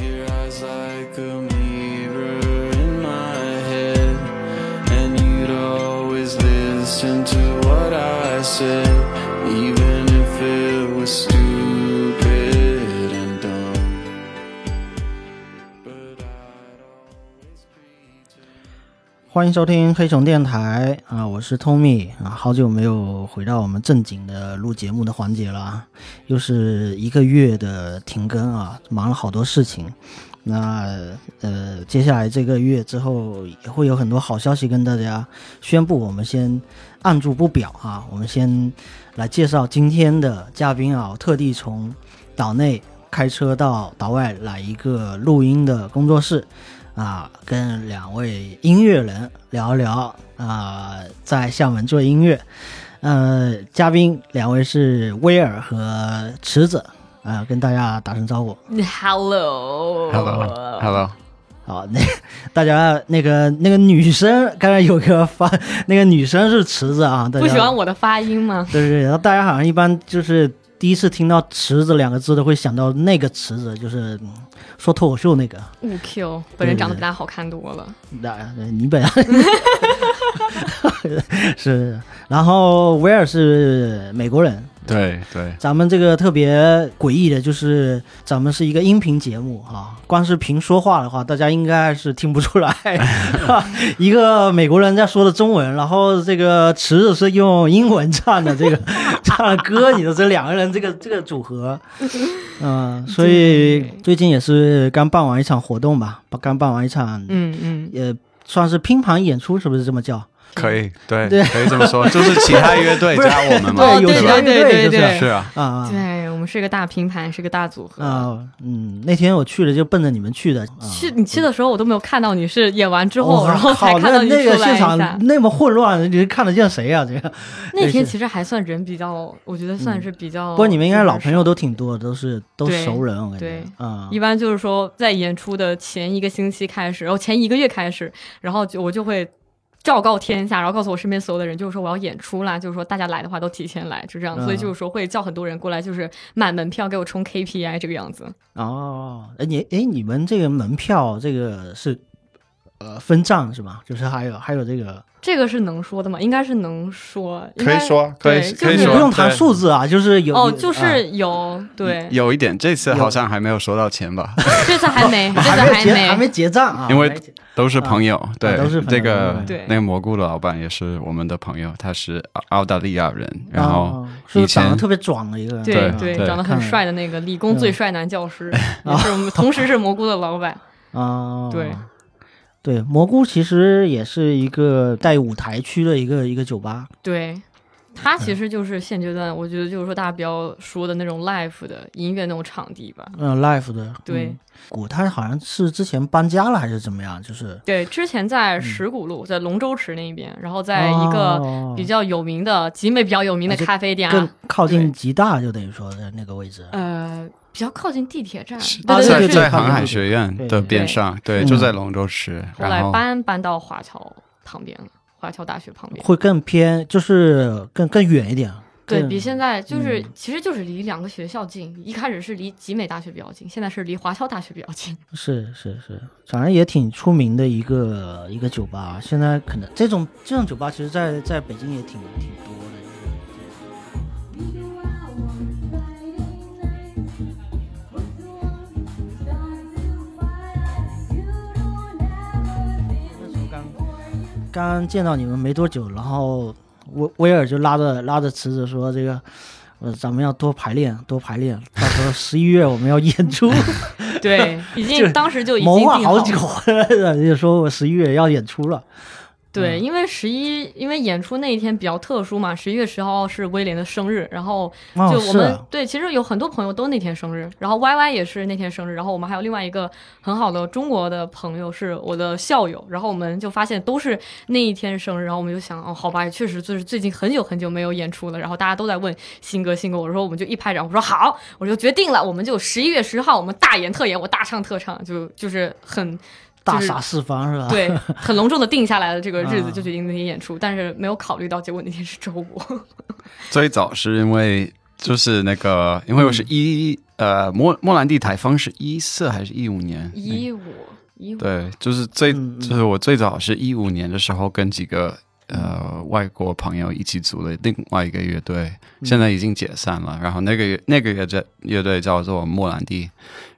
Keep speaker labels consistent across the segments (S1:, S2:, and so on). S1: eyes like a mirror in my head. And you'd always listen to what I said, even if it was stupid and dumb. But I'd always pretend.
S2: 欢迎收听黑熊电台啊，我是 Tommy 啊，好久没有回到我们正经的录节目的环节了，啊，又是一个月的停更啊，忙了好多事情。那呃，接下来这个月之后也会有很多好消息跟大家宣布，我们先按住不表啊，我们先来介绍今天的嘉宾啊，我特地从岛内开车到岛外来一个录音的工作室，啊，跟两位音乐人聊一聊啊，在厦门做音乐。呃，嘉宾两位是威尔和池子，啊，跟大家打声招呼。
S3: Hello，Hello，
S4: Hello，Hello，
S2: 好，啊那大家那个那个女生，刚才有个发，那个女生是池子啊，大家
S3: 不喜欢我的发音吗？
S2: 对对对，然后大家好像一般就是第一次听到“池子”两个字，都会想到那个池子，就是嗯说脱口秀那个。
S3: 五 Q，本人长得比他好看多了。
S2: 那你本来 是，然后威尔是美国人。
S4: 对对，
S2: 咱们这个特别诡异的就是，咱们是一个音频节目啊，光是凭说话的话，大家应该是听不出来。一个美国人在说的中文，然后这个池子是用英文唱的这个唱的歌，你的这两个人这个这个组合，嗯、所以最近也是刚办完一场活动吧，刚办完一场
S3: 嗯嗯，
S2: 也呃算是拼盘演出，是不是这么叫？
S4: 可以，对，
S2: 对
S4: 可以这么 说，就是其他乐队
S2: 不是
S4: 加我们嘛，
S3: 哦
S2: 对，有
S3: 对
S2: 其
S4: 吧
S2: 他
S3: 对
S2: 乐队
S3: 对
S2: 就是
S3: 对
S4: 是啊，
S2: 啊啊
S3: 对我们是个大拼盘，是个大组合。
S2: 啊，嗯，那天我去了就奔着你们去的，啊
S3: 去你去的时候，我都没有看到你是演完之
S2: 我
S3: 后，然后才
S2: 靠
S3: 看到
S2: 那
S3: 你出来
S2: 那个
S3: 一
S2: 现
S3: 下。哦
S2: 场那么混乱，你看得见谁啊？这个，
S3: 那天
S2: 是
S3: 其实还算人比较，我觉得算是比较。
S2: 不过你们应该老朋友都挺多的，都是都
S3: 对
S2: 熟人，我感觉
S3: 对
S2: 啊
S3: 一。般就是说，在演出的前一个星期开始，然后哦前一个月开始，然后就我就会昭告天下，然后告诉我身边所有的人，就是说我要演出啦，就是说大家来的话都提前来，就这样。
S2: 嗯
S3: 所以就是说会叫很多人过来，就是买门票给我冲 KPI 这个样子。
S2: 哦，哎你哎你们这个门票这个是呃分账是吧？就是还有还有这个，
S3: 这个是能说的吗？应该是能说，应
S4: 可以
S3: 该
S4: 说，可
S3: 对
S4: 以，
S3: 就
S4: 可
S3: 是
S4: 以
S2: 你
S4: 说，
S2: 不用谈
S4: 对
S2: 数字啊，就是有
S3: 哦，
S2: 有
S3: 就
S2: 啊
S3: 是有对，
S4: 有一点，这次好像还没有收到钱吧，
S3: 这次还没，这次
S2: 还没结
S3: 没，
S2: 还没结账啊，
S4: 因为
S2: 还没结
S4: 啊都是朋友，对，
S2: 都是朋友
S4: 这个
S3: 对
S4: 那个蘑菇的老板也是我们的朋友，他是澳澳大利亚人，然后
S2: 哦是
S4: 以
S2: 不是长得
S4: 前
S2: 特别壮的一个人，
S3: 对
S4: 对
S3: 对，
S4: 对
S3: 长得很帅的那个理工最帅男教师，也是我们同时是蘑菇的老板。
S2: 啊，
S3: 对
S2: 对，蘑菇其实也是一个带舞台区的一个一个酒吧，
S3: 对，他
S2: 嗯
S3: 其实就是现阶段，我觉得就是说大家比较说的那种 live 的音乐那种场地吧。
S2: 嗯、l i f e 的，
S3: 对
S2: 嗯，鼓它好像是之前搬家了还是怎么样，就是
S3: 对，之前在石鼓路，在龙舟池那边，然后在一个
S2: 嗯哦
S3: 比较有名的集美比较有名的
S2: 啊就
S3: 咖啡店啊，
S2: 更靠近
S3: 对
S2: 吉大，就等于说的那个位置，
S3: 呃，比较靠近地铁站，
S2: 啊
S3: 对
S2: 对
S4: 在
S2: 对
S4: 在
S2: 对
S4: 航海学院
S2: 对对
S4: 的边
S3: 对
S4: 上，对，
S2: 嗯
S4: 就在龙舟池，
S3: 后来
S4: 然后
S3: 搬搬到华侨旁边了，华侨大学旁边。
S2: 会更偏，就是更更远一点，
S3: 对
S2: 更
S3: 比现在就是、
S2: 嗯
S3: 其实就是离两个学校近，一开始是离集美大学比较近，现在是离华侨大学比较近。
S2: 是是是，反正也挺出名的一个一个酒吧。现在可能这种这种酒吧，其实在在北京也挺挺多的。那时候刚刚见到你们没多久，然后威威尔就拉着拉着池子说：“这个，呃，咱们要多排练，多排练，到时候十一月我们要演 出。”
S3: 对， 已经当时就已经
S2: 谋
S3: 定
S2: 划好
S3: 了
S2: 久 了，就说我十一月要演出了。
S3: 对，
S2: 嗯
S3: 因为十一，因为演出那一天比较特殊嘛，十一月十号是威廉的生日，然后
S2: 哦
S3: 就我们、
S2: 是
S3: 对，其实有很多朋友都那天生日，然后 Y Y 也是那天生日，然后我们还有另外一个很好的中国的朋友是我的校友，然后我们就发现都是那一天生日，然后我们就想，哦，好吧，也确实就是最近很久很久没有演出了，然后大家都在问新歌新歌，我说我们就一拍掌，我说好，我就决定了，我们就十一月十号我们大演特演，我大唱特唱，就就是很
S2: 大
S3: 就是
S2: 杀四方是吧？
S3: 对，很隆重的定下来了这个日
S2: 啊
S3: 子，就决定那天演出，但是没有考虑到，结果那天是周五。
S4: 最早是因为就是那个，因为我是一、呃莫莫兰蒂台风是一四还是一五年？
S3: 一五一五，
S4: 对，就是最
S2: 嗯嗯嗯
S4: 就是我最早是一五年的时候跟几个呃外国朋友一起组了另外一个乐队，
S2: 嗯
S4: 现在已经解散了。然后那个乐那个乐队乐队叫做莫兰蒂，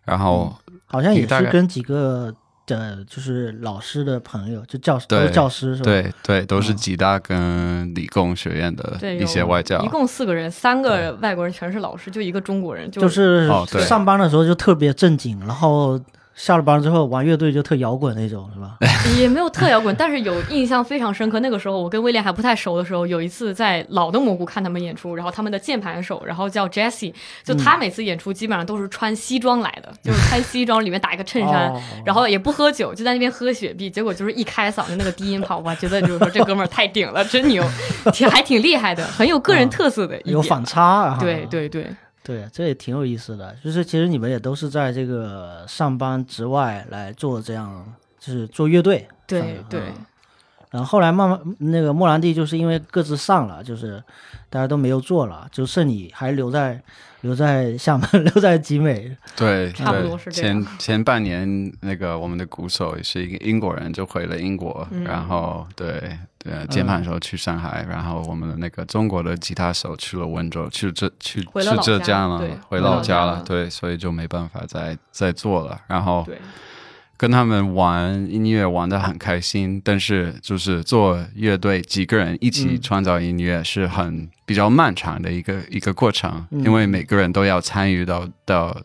S4: 然后
S2: 好像也
S4: 你大
S2: 是
S4: 概
S2: 跟几个的，就是老师的朋友，就教师都
S4: 对
S2: 是教师是吧？，嗯
S4: 对对都是吉他跟理工学院的
S3: 对，
S4: 一些
S3: 有
S4: 外教
S3: 一，共四个人，三个外国人全是老师，就一个中国人，
S2: 就
S3: 就是
S4: 哦对
S2: 上班的时候就特别正经，然后下了班之后玩乐队就特摇滚那种是 吧？
S3: 也没有特摇滚，但是有印象非常深刻。那个时候我跟威廉还不太熟的时候，有一次在老的蘑菇看他们演出，然后他们的键盘手，然后叫 Jesse，就他每次演出基本上都是穿西装来的，就是穿西装里面打一个衬衫
S2: 哦，
S3: 然后也不喝酒，就在那边喝雪碧，结果就是一开嗓就那个低音跑，我觉得就是说这哥们儿太顶了，真牛，挺还挺厉害的，很有个人特色的一
S2: 嗯
S3: 点
S2: 有反差啊，
S3: 对对对，
S2: 对，这也挺有意思的。就是其实你们也都是在这个上班之外来做这样，就是做乐队。
S3: 对对，
S2: 然后后来慢慢那个莫兰蒂就是因为各自上了，就是大家都没有做了，就剩你还留在留在厦门， 留在集美。
S4: 对，
S3: 差不多
S4: 对
S3: 是这样
S4: 前前半年那个我们的鼓手也是一个英国人，就回了英国，
S3: 嗯
S4: 然后对呃键盘手去上海，然后我们的那个中国的吉他手去了温州，去浙去
S3: 回了
S4: 去
S3: 老
S4: 浙
S3: 家
S4: 江了
S3: 对，
S4: 回
S3: 回老
S4: 老
S3: 家
S4: 家
S3: 了
S4: 了，对，所以就没办法再再做了，然
S2: 嗯
S4: 后
S3: 对。
S4: 跟他们玩音乐玩的很开心，但是就是做乐队几个人一起创造音乐是很比较漫长的一个一个过程，因为每个人都要参与到到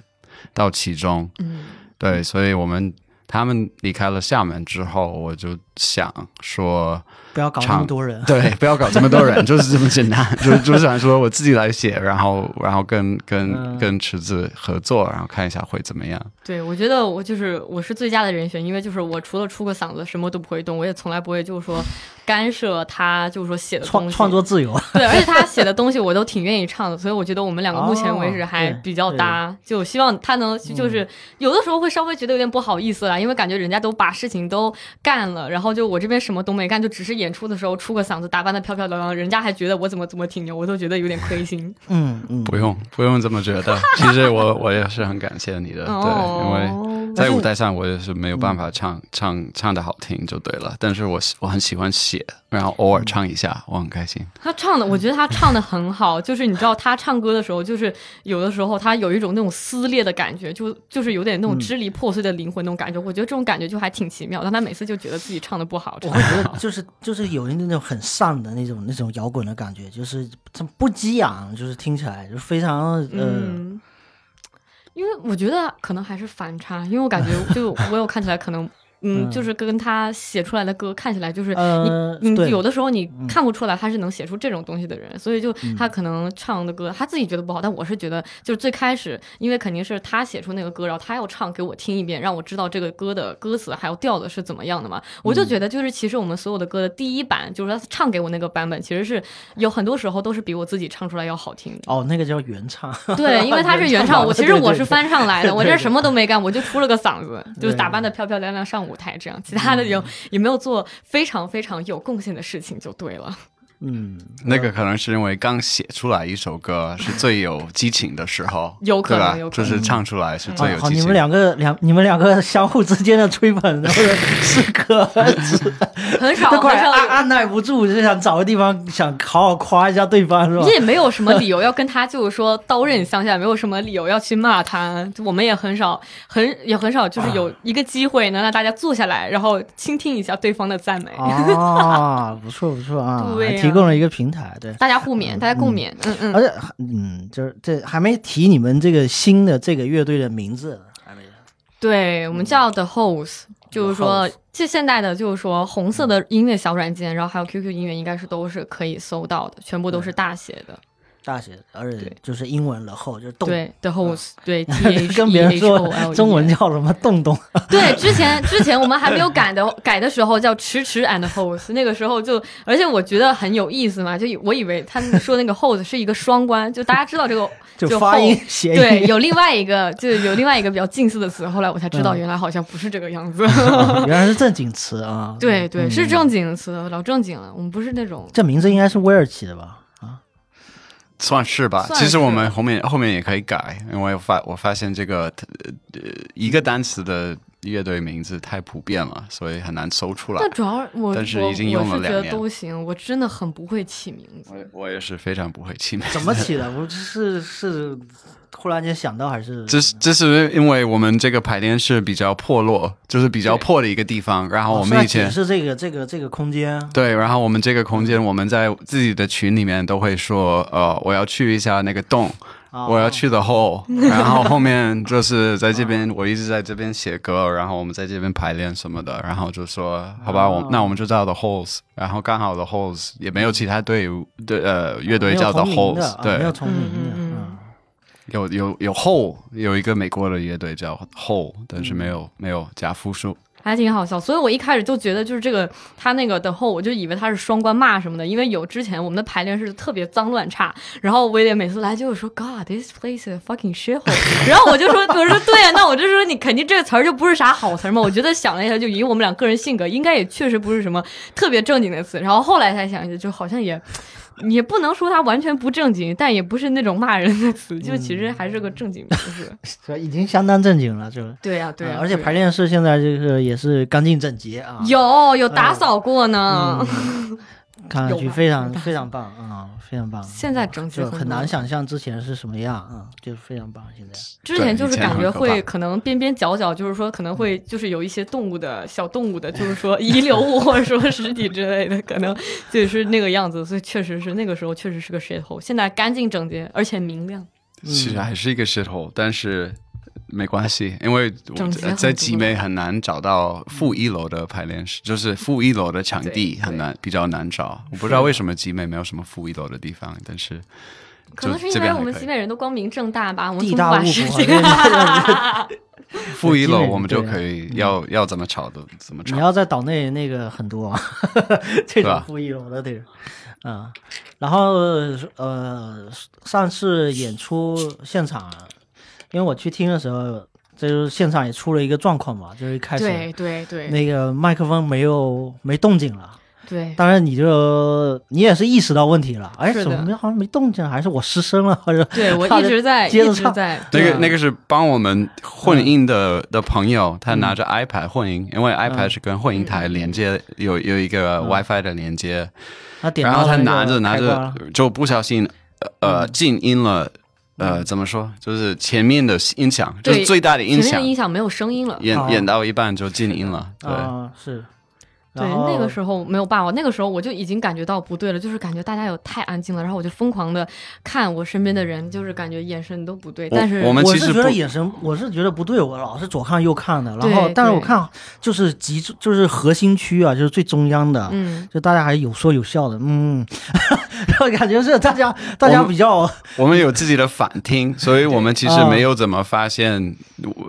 S4: 到其中。
S3: 嗯，
S4: 对，所以我们他们离开了厦门之后，我就想说，
S2: 不要搞那么
S4: 长
S2: 多人。
S4: 对，不要搞这么多 人，就是这么简单，就就想说我自己来写，然后然后跟
S2: 嗯
S4: 跟跟池子合作，然后看一下会怎么样。
S3: 对，我觉得我就是我是最佳的人选，因为就是我除了出个嗓子，什么都不会动，我也从来不会就是说干涉他就是说写的东
S2: 创
S3: 西。
S2: 创作自由，
S3: 对，而且他写的东西我都挺愿意唱的，所以我觉得我们两个目前为
S4: 哦
S3: 止还比较搭，就希望他能
S4: 嗯
S3: 就是有的时候会稍微觉得有点不好意思啦，因为感觉人家都把事情都干了，然后就我这边什么都没干，就只是演出的时候出个嗓子，打扮的漂漂亮亮，人家还觉得我怎么怎么挺牛，我都觉得有点亏心。
S2: 嗯嗯，
S4: 不用，不用这么觉 得。其实我我也是很感谢你的，对，因为
S3: 哦，
S4: 在舞台上我也是没有办法唱、
S3: 嗯
S4: 唱唱的好听就对了，但是我喜我很喜欢写，然后偶尔唱一下，我很开心。
S3: 他唱的，我觉得他唱的很好， 就是你知道他唱歌的时候，就是有的时候他有一种那种撕裂的感觉，就就是有点那
S2: 嗯
S3: 种支离破碎的灵魂那种感觉。我觉得这种感觉就还挺奇妙，但他每次就觉得自己唱的不好，
S2: 我
S3: 唱
S2: 会
S3: 的
S2: 觉
S3: 不
S2: 得
S3: 好。
S2: 就是就是有那种很丧的那种那种摇滚的感觉，就是它不激昂，就是听起来就非常呃，
S3: 嗯，因为我觉得可能还是反差，因为我感觉就我有看起来可能。嗯，就是跟他写出来的歌看起来就是你、
S2: 呃
S3: 你
S2: 对
S3: 嗯有的时候你看不出来他是能写出这种东西的人，所以就他可能唱的歌他自己觉得不好，但我是觉得就是最开始，因为肯定是他写出那个歌，然后他要唱给我听一遍，让我知道这个歌的歌词还有调子是怎么样的嘛，我就觉得就是其实我们所有的歌的第一版，就是他唱给我那个版本，其实是有很多时候都是比我自己唱出来要好听的。
S2: 哦，那个叫原唱，
S3: 对，因为他是原唱，我其实
S2: 对对
S3: 我是翻唱来的，我这
S2: 对
S3: 什么都没干，我就出了个嗓子，就
S2: 对嗯
S3: 是打扮的漂漂亮亮上舞台这样，其他的有也没有做非常非常有贡献的事情就对 了。
S2: 嗯，
S4: 那个可能是因为刚写出来一首歌是最有激情的时候，
S3: 有可能
S4: 对
S3: 有
S4: 吧？
S3: 可
S4: 就
S3: 能
S4: 是唱出来是最有
S2: 啊好，
S4: 激
S2: 你
S4: 情
S2: 们
S4: 的。
S2: 两个两你们两个相互之间的吹捧， 然后是歌，
S3: 很少
S2: 都快啊
S3: 很
S2: 按
S3: 少
S2: 按耐不住，就想找个地方想好好夸一下对方，是吧
S3: 有，？也没 有什么理由要跟他就是说刀刃相向，没有什么理由要去骂他，就我们也很少很也很少就是
S2: 啊
S3: 有一个机会能让大家坐下来，然后倾听一下对方的赞美，
S2: 哦 啊，不错不错啊，
S3: 对
S2: 还
S3: 呀
S2: 提供了一个平台，对。
S3: 大家互勉，大家共勉，嗯嗯。
S2: 而且，嗯，就是这还没提你们这个新的这个乐队的名字呢，还没
S3: 对，
S2: 嗯
S3: 我们叫 The Holes，、就是说
S2: Holes，
S3: 这现代的，就是说红色的音乐小软件，然后还有 QQ 音乐，应该是都是可以搜到的，全部都是大写的。
S2: 大写，而且
S3: 对
S2: 就是英文了后就是动，
S3: 对，The Holes，、对，T H
S2: 嗯跟
S3: E
S2: 别人
S3: H
S2: 说
S3: O L E，
S2: 中文。叫什么洞洞，
S3: 对，之前之前我们还没有改的，改的时候叫迟迟 and Holes，那个时候就，而且我觉得很有意思嘛，就以我以为他们说那个 Holes 是一个双关，就大家知道 这个
S2: 发
S3: hole
S2: 音谐音。
S3: 对，有另外一个，就有另外一个比较近似的词，后来我才知道
S2: 嗯
S3: 原来好像不是这个样子。
S2: 啊 原来是正经词啊。
S3: 对对，
S2: 嗯
S3: 是正经的词，老正经了。我们不是那种
S2: 这名字应该是威尔起的吧？啊，
S4: 算是吧。
S3: 算
S4: 其实我们
S3: 是
S4: 后面后面也可以改，因为我发我发现这个呃一个单词的乐队名字太普遍了，所以很难搜出来
S3: 但。主要我
S4: 但是
S3: 我
S4: 已经用
S3: 我
S4: 了
S3: 是觉
S4: 两
S3: 得
S4: 年
S3: 都行，我真的很不会起名字
S4: 我。也我也是非常不会起名字。
S2: 怎么起的？我是是忽然间想到还是？
S4: 这是这是因为我们这个排练是比较破落，就是比较破的一个地方。然后我
S2: 虽
S4: 们
S2: 然
S4: 以前
S2: 只哦是这个这个这个空间，
S4: 对，然后我们这个空间，我们在自己的群里面都会说，呃，我要去一下那个洞，
S2: 啊
S4: 我要去 的后，然后后面就是在这边，我一直在这边写歌，然后我们在这边排练什么的，然后就说，好吧，
S2: 哦
S4: 我那我们就叫 The Holes，然然后刚好 The Holes 也没有其他队伍对
S2: 哦
S4: 呃乐
S2: 没
S4: 队
S2: 有
S4: 叫 The
S2: 重名的
S4: Holes，
S2: 啊没有
S4: 对，
S2: 重名的，
S3: 嗯嗯
S2: 嗯
S4: 有有有 Hole，有一个美国的乐队叫 Hole，但是没有没有加复数，
S3: 还挺好笑。所以我一开始就觉得，就是这个他那个等候，我就以为他是双关骂什么的，因为有之前我们的排练是特别脏乱差，然后威廉每次来就会说 God this place is a fucking shithole，然后我就说我说对啊呀、那我就说你肯定这个词儿就不是啥好词儿嘛。我觉得想了一下，就以我们俩个人性格，应该也确实不是什么特别正经的词。然后后来才想一下，就好像也。也不能说他完全不正经，但也不是那种骂人的词，就其实还是个正经名字。
S2: 这已经相当正经了，就是。
S3: 对呀、对呀、啊
S2: 嗯而且
S3: 对呀
S2: 排练室现在就是也是干净整洁啊，
S3: 有有打扫过呢。
S2: 嗯看上
S3: 有
S2: 去
S3: 吧
S2: 非常
S3: 有吧
S2: 非常棒啊、非常棒。
S3: 现在整洁
S2: 就
S3: 很多
S2: 很难想象之前是什么样啊、就是非常棒。现在
S3: 之前就是感觉
S4: 对以前
S3: 会
S4: 很嗯
S3: 可能边边角角，就是说可能会就是有一些动物的小动物的，就是说遗留物或者 说尸体之类的，可能就是那个样子。所以确实是那个时候确实是个 shit hole，现在干净整洁而且明亮。
S4: 其实还是一个石头，但是没关系，因为我
S3: 整齐很
S4: 在
S3: 多
S4: 在集美很难找到负一楼的排练室，就是负一楼的场
S3: 对
S4: 地很难，比较难找。我不知道为什么集美没有什么负一楼的地方，但是
S3: 可能是因
S4: 这
S3: 为
S4: 边
S3: 我
S4: 还
S3: 们
S4: 可以
S3: 西北人都光明正大吧，我们
S2: 地
S3: 从
S2: 大
S3: 把
S2: 物
S3: 世
S2: 博
S3: 界
S2: 对
S4: 负一楼
S2: 集美
S4: 我们就
S3: 啊
S2: 对
S4: 可
S3: 嗯
S4: 以要要怎么吵都怎么
S2: 你
S4: 吵。
S2: 要在岛内那个很多、 啊，这种
S4: 吧
S2: 负一楼的这种，嗯，然后呃，上次演出现场，因为我去听的时候，这就是现场也出了一个状况嘛，就是一开
S3: 对
S2: 始
S3: 对对
S2: 那个麦克风没有没动静了。
S3: 对，
S2: 当然，你就你也是意识到问题了，哎，
S3: 是
S2: 怎
S3: 的
S2: 么好像没动静，还是我失声了，或者
S3: 对我
S2: 他
S3: 一直在
S2: 接着
S3: 一直
S2: 唱
S3: 在。
S4: 那
S2: 对
S4: 个
S2: 啊嗯
S4: 那个是帮我们混音的的朋友，他拿着 iPad 混音，因为 iPad 是跟混音台连接，有有一个 WiFi 的连接，
S2: 他点
S4: 然
S2: 到
S4: 后他
S2: 嗯那个
S4: 拿着
S2: 开
S4: 拿
S2: 关啊嗯
S4: 着
S2: 了
S4: 就不小心呃呃静音了，
S2: 嗯
S4: 呃怎么说？就是前面的音响，就
S3: 对
S4: 是最大的
S3: 前
S4: 音
S3: 面
S4: 响
S3: 的，音响没有声音了，
S4: 演
S2: 哦
S4: 演到一半就静音了。对，
S2: 啊，是，
S3: 对，那个时候没有办法，那个时候我就已经感觉到不对了，就是感觉大家有太安静了，然后我就疯狂的看我身边的人，就是感觉眼神都不对。
S4: 我
S3: 但是
S4: 我们
S2: 我
S4: 其
S2: 是
S4: 实
S2: 觉
S4: 不
S2: 得眼神，我是觉得不对，我老是左看右看的，然后
S3: 对
S2: 但是我
S3: 对
S2: 看就是集中就是核心区啊，就是最中央的，
S3: 嗯，
S2: 就大家还有说有笑的，嗯， 然后感觉是大家大家
S4: 我们
S2: 比较
S4: 我们有自己的反 听，所以我们其实没有怎么发现，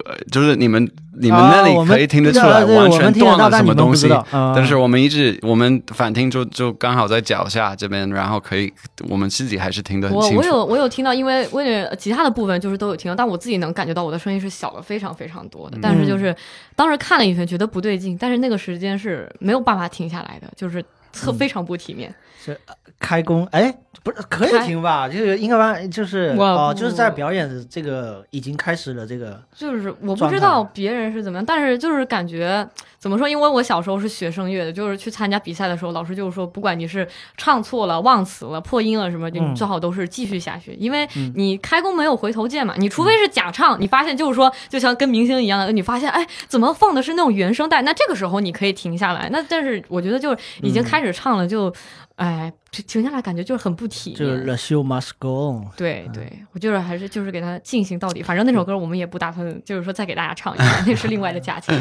S4: 呃就是你们你们
S2: 啊
S4: 那
S2: 我
S4: 里
S2: 们
S4: 可以听得出
S2: 对
S4: 来，
S2: 对
S4: 完
S2: 我们
S4: 全
S2: 听得
S4: 断
S2: 到
S4: 了什么东西
S2: 但你们不知道啊。
S4: 但是我们一直我们反听就就刚好在脚下这边，然后可以我们自己还是听得很
S3: 我
S4: 清
S3: 我
S4: 楚。
S3: 有我有听到，因为为了吉他的部分就是都有听到，但我自己能感觉到我的声音是小了非常非常多的。
S4: 嗯
S3: 但是就是当时看了一圈觉得不对劲，但是那个时间是没有办法停下来的，就是
S4: 嗯
S3: 特非常不体面。
S2: 开工，哎，不是可以
S3: 开
S2: 听吧？就是应该吧，就是
S3: 我
S2: 哦，
S3: 不
S2: 就是在表演这个已经开始了这个，
S3: 就是我不
S2: 状态
S3: 知道别人是怎么样，但是就是感觉怎么说？因为我小时候是学声乐的，就是去参加比赛的时候，老师就是说，不管你是唱错了、忘词了、破音了什么，就
S2: 嗯
S3: 你最好都是继续下去，因为你开弓没有回头箭嘛。你
S2: 嗯
S3: 除非是假唱，你发现就是说，就像跟明星一样的，你发现哎，怎么放的是那种原声带？那这个时候你可以停下来。那但是我觉得就是已
S2: 嗯
S3: 经开始唱了，就哎停下来，感觉就是很不体
S2: 就是 The
S3: 面。
S2: show must go on。
S3: 对对，我就是还是就是给他进行到底。反正那首歌我们也不打算，就是说再给大家唱一下，那是另外的价钱。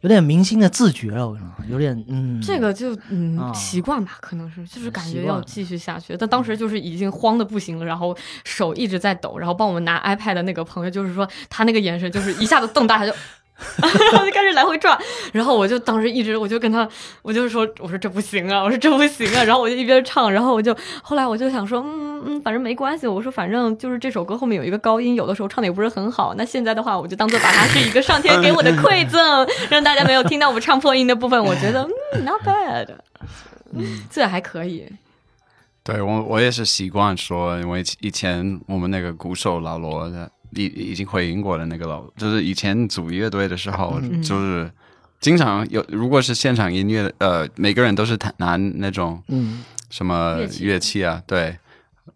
S2: 有点明星的自觉了，我跟你说，有点嗯，
S3: 这个就嗯、
S2: 啊
S3: 习惯吧，可能是就是感
S2: 习
S3: 觉
S2: 惯
S3: 要
S2: 了
S3: 继续下去。但当时就是已经慌的不行了，然后手一直在抖，然后帮我们拿 iPad 的那个朋友，就是说他那个眼神就是一下子瞪大，他就 就开始来回转。然后我就当时一直我就跟他，我就说我说这不行啊，我说这不行啊。然后我就一边唱，然后我就后来我就想说，嗯嗯，反正没关系。我说反正就是这首歌后面有一个高音，有的时候唱的也不是很好。那现在的话，我就当做把它是一个上天给我的馈赠，让大家没有听到我唱破音的部分。我觉得嗯，not bad，这还可以。
S4: 对我我也是习惯说，因为以前我们那个鼓手老罗的已已经回英国的那个老，就是以前组乐队的时候，
S3: 嗯
S4: 就是经常有，如果是现场音乐，呃，每个人都是弹拿那种
S2: 嗯
S4: 什么
S3: 乐器
S4: 乐器啊，对，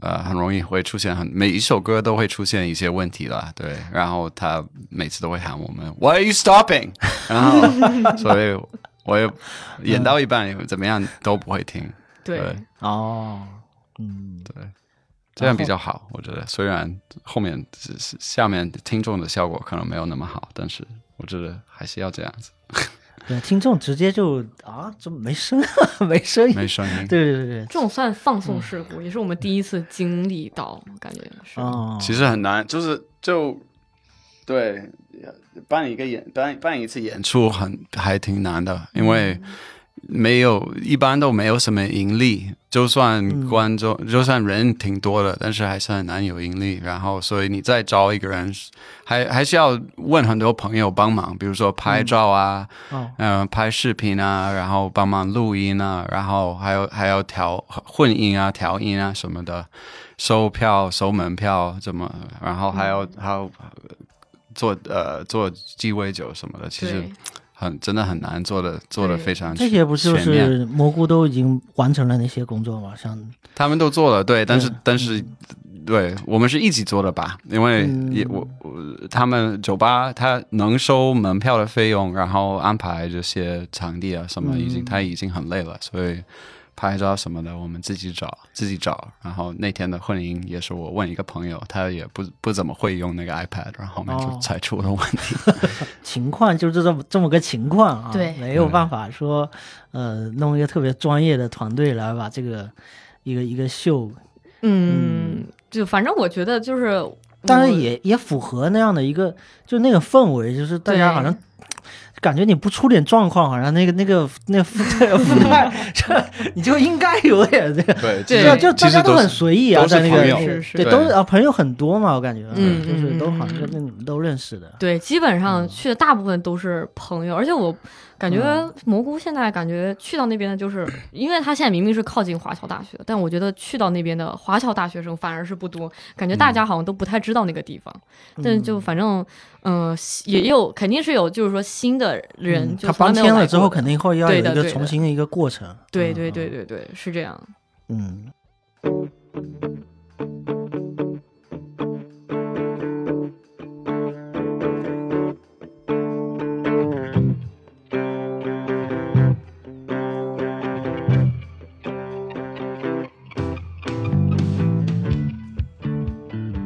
S4: 呃，很容易会出现很每一首歌都会出现一些问题啦，对，然后他每次都会喊我们 Why are you stopping？然后所以我也演到一半怎么样都不会听，
S3: 对
S4: 对，
S2: 哦嗯
S4: 这样比较好，我觉得。虽然后面是是下面听众的效果可能没有那么好，但是我觉得还是要这样子，
S2: 对，听众直接就啊这没声啊 没声音
S4: 没声 音。
S2: 对对对对
S3: 这种算放送事
S2: 嗯
S3: 故，也是我们第一次经历到，感觉是。
S2: 哦
S4: 其实很难，就是就对办一个演办办一次演出很还挺难的，因为没有一般都没有什么盈利，就算观众、就算人挺多的，但是还是很难有盈利。然后所以你再招一个人，还还是要问很多朋友帮忙，比如说拍照啊，
S2: 哦
S4: 嗯、拍视频啊，然后帮忙录音啊，然后还有还要调混音啊、调音啊什么的，收票、收门票怎么，然后还要、还要呃做呃做鸡尾酒什么的，其实
S3: 对，
S4: 很真的很难做的，做的非常
S2: 这些不就
S4: 全面
S2: 是蘑菇都已经完成了那些工作吗？像
S4: 他们都做了，对，但嗯是但是，对我们是一起做的吧？因为也、我我他们酒吧他能收门票的费用，然后安排这些场地啊什么，已经、他已经很累了，所以拍照什么的我们自己找自己找。然后那天的婚姻也是我问一个朋友，他也不不怎么会用那个 iPad，然后后面
S2: 哦
S4: 就才出了问题。
S2: 情况就是这么这么个情况啊，
S3: 对
S2: 没有办法说，呃，弄一个特别专业的团队来把这个一个一个秀，
S3: 嗯，就反正我觉得就是，
S2: 但是
S3: 我
S2: 也也符合那样的一个就那个氛围，就是大家
S3: 对
S2: 好像。感觉你不出点状况，好像那个那个那个 附 附带，这 你就应该有点这个，
S3: 对
S4: 对其
S2: 就
S4: 实
S2: 就
S4: 其
S2: 大
S4: 实
S2: 家
S4: 都
S2: 很
S4: 是
S2: 随意啊，
S4: 都是
S2: 在那个
S4: 朋友
S3: 是是
S2: 对，
S4: 对
S2: 都是啊朋友很多嘛，我感觉，
S3: 嗯
S2: 就是都好像
S3: 嗯
S2: 跟你们都认识的，
S3: 对，基本
S2: 嗯
S3: 上去的大部分都是朋友，而且我感觉
S2: 嗯
S3: 蘑菇现在感觉去到那边的，就是、因为他现在明明是靠近华侨大学，但我觉得去到那边的华侨大学生反而是不多，感觉
S2: 嗯
S3: 大家好像都不太知道那个地方。但就反正，嗯、也有肯定是有，就是说新的人
S2: 嗯
S3: 就
S2: 他
S3: 从来
S2: 搬
S3: 没有
S2: 迁
S3: 来
S2: 了
S3: 过
S2: 之后，
S3: 的
S2: 肯定会要有
S3: 对
S2: 一
S3: 的
S2: 个
S3: 对的
S2: 重新的一个过程。
S3: 对
S2: 嗯
S3: 对对，对对是这样。
S2: 嗯，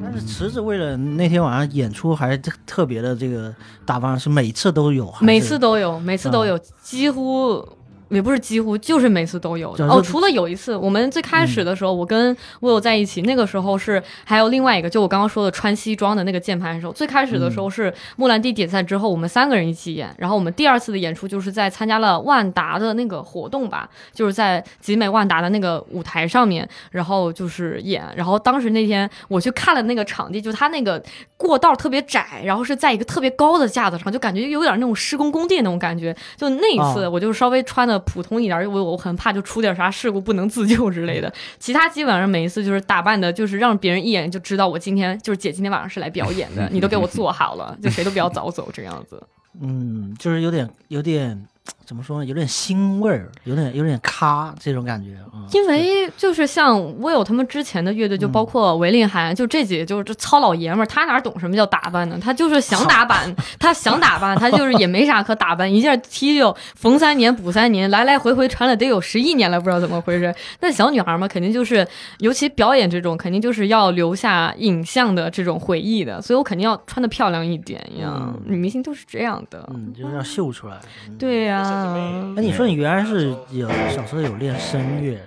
S2: 但是池子为了那天晚上演出，还特特别的这个打扮，是每次都有，还是嗯
S3: 每次都有，每次都有，几乎也不是几乎，就是每次都有
S2: 主要是
S3: 哦，除了有一次，我们最开
S2: 嗯
S3: 始的时候，我跟我有在一起，那个时候是还有另外一个，就我刚刚说的穿西装的那个键盘手。最开始的时
S2: 嗯
S3: 候是莫兰蒂点赞之后，我们三个人一起演，然后我们第二次的演出就是在参加了万达的那个活动吧，就是在集美万达的那个舞台上面，然后就是演，然后当时那天我去看了那个场地，就它那个过道特别窄，然后是在一个特别高的架子上，就感觉有点那种施工工地那种感觉。就那一次，
S2: 哦
S3: 我就稍微穿的普通一点，因为我很怕就出点啥事故不能自救之类的。其他基本上每一次就是打扮的，就是让别人一眼就知道我今天就是姐今天晚上是来表演的，你都给我做好了，就谁都不要早走这样子。
S2: 嗯，就是有点有点怎么说呢，有点腥味儿，有点有点咖这种感觉啊。嗯
S3: 因为就是像 Will 他们之前的乐队，就包括韦令涵，就这几个就是这糙老爷们儿，他哪懂什么叫打扮呢？他就是想打扮，他想打扮，他就是也没啥可打扮，一件 T 恤缝三年补三年，来来回回穿了得有十一年了，不知道怎么回事。那小女孩嘛，肯定就是，尤其表演这种，肯定就是要留下影像的这种回忆的，所以我肯定要穿的漂亮一点呀。女明星都是这样的，
S2: 嗯，就是要秀出来。
S3: 对呀、
S2: 那、嗯你啊说你原来是有小时候有练声乐，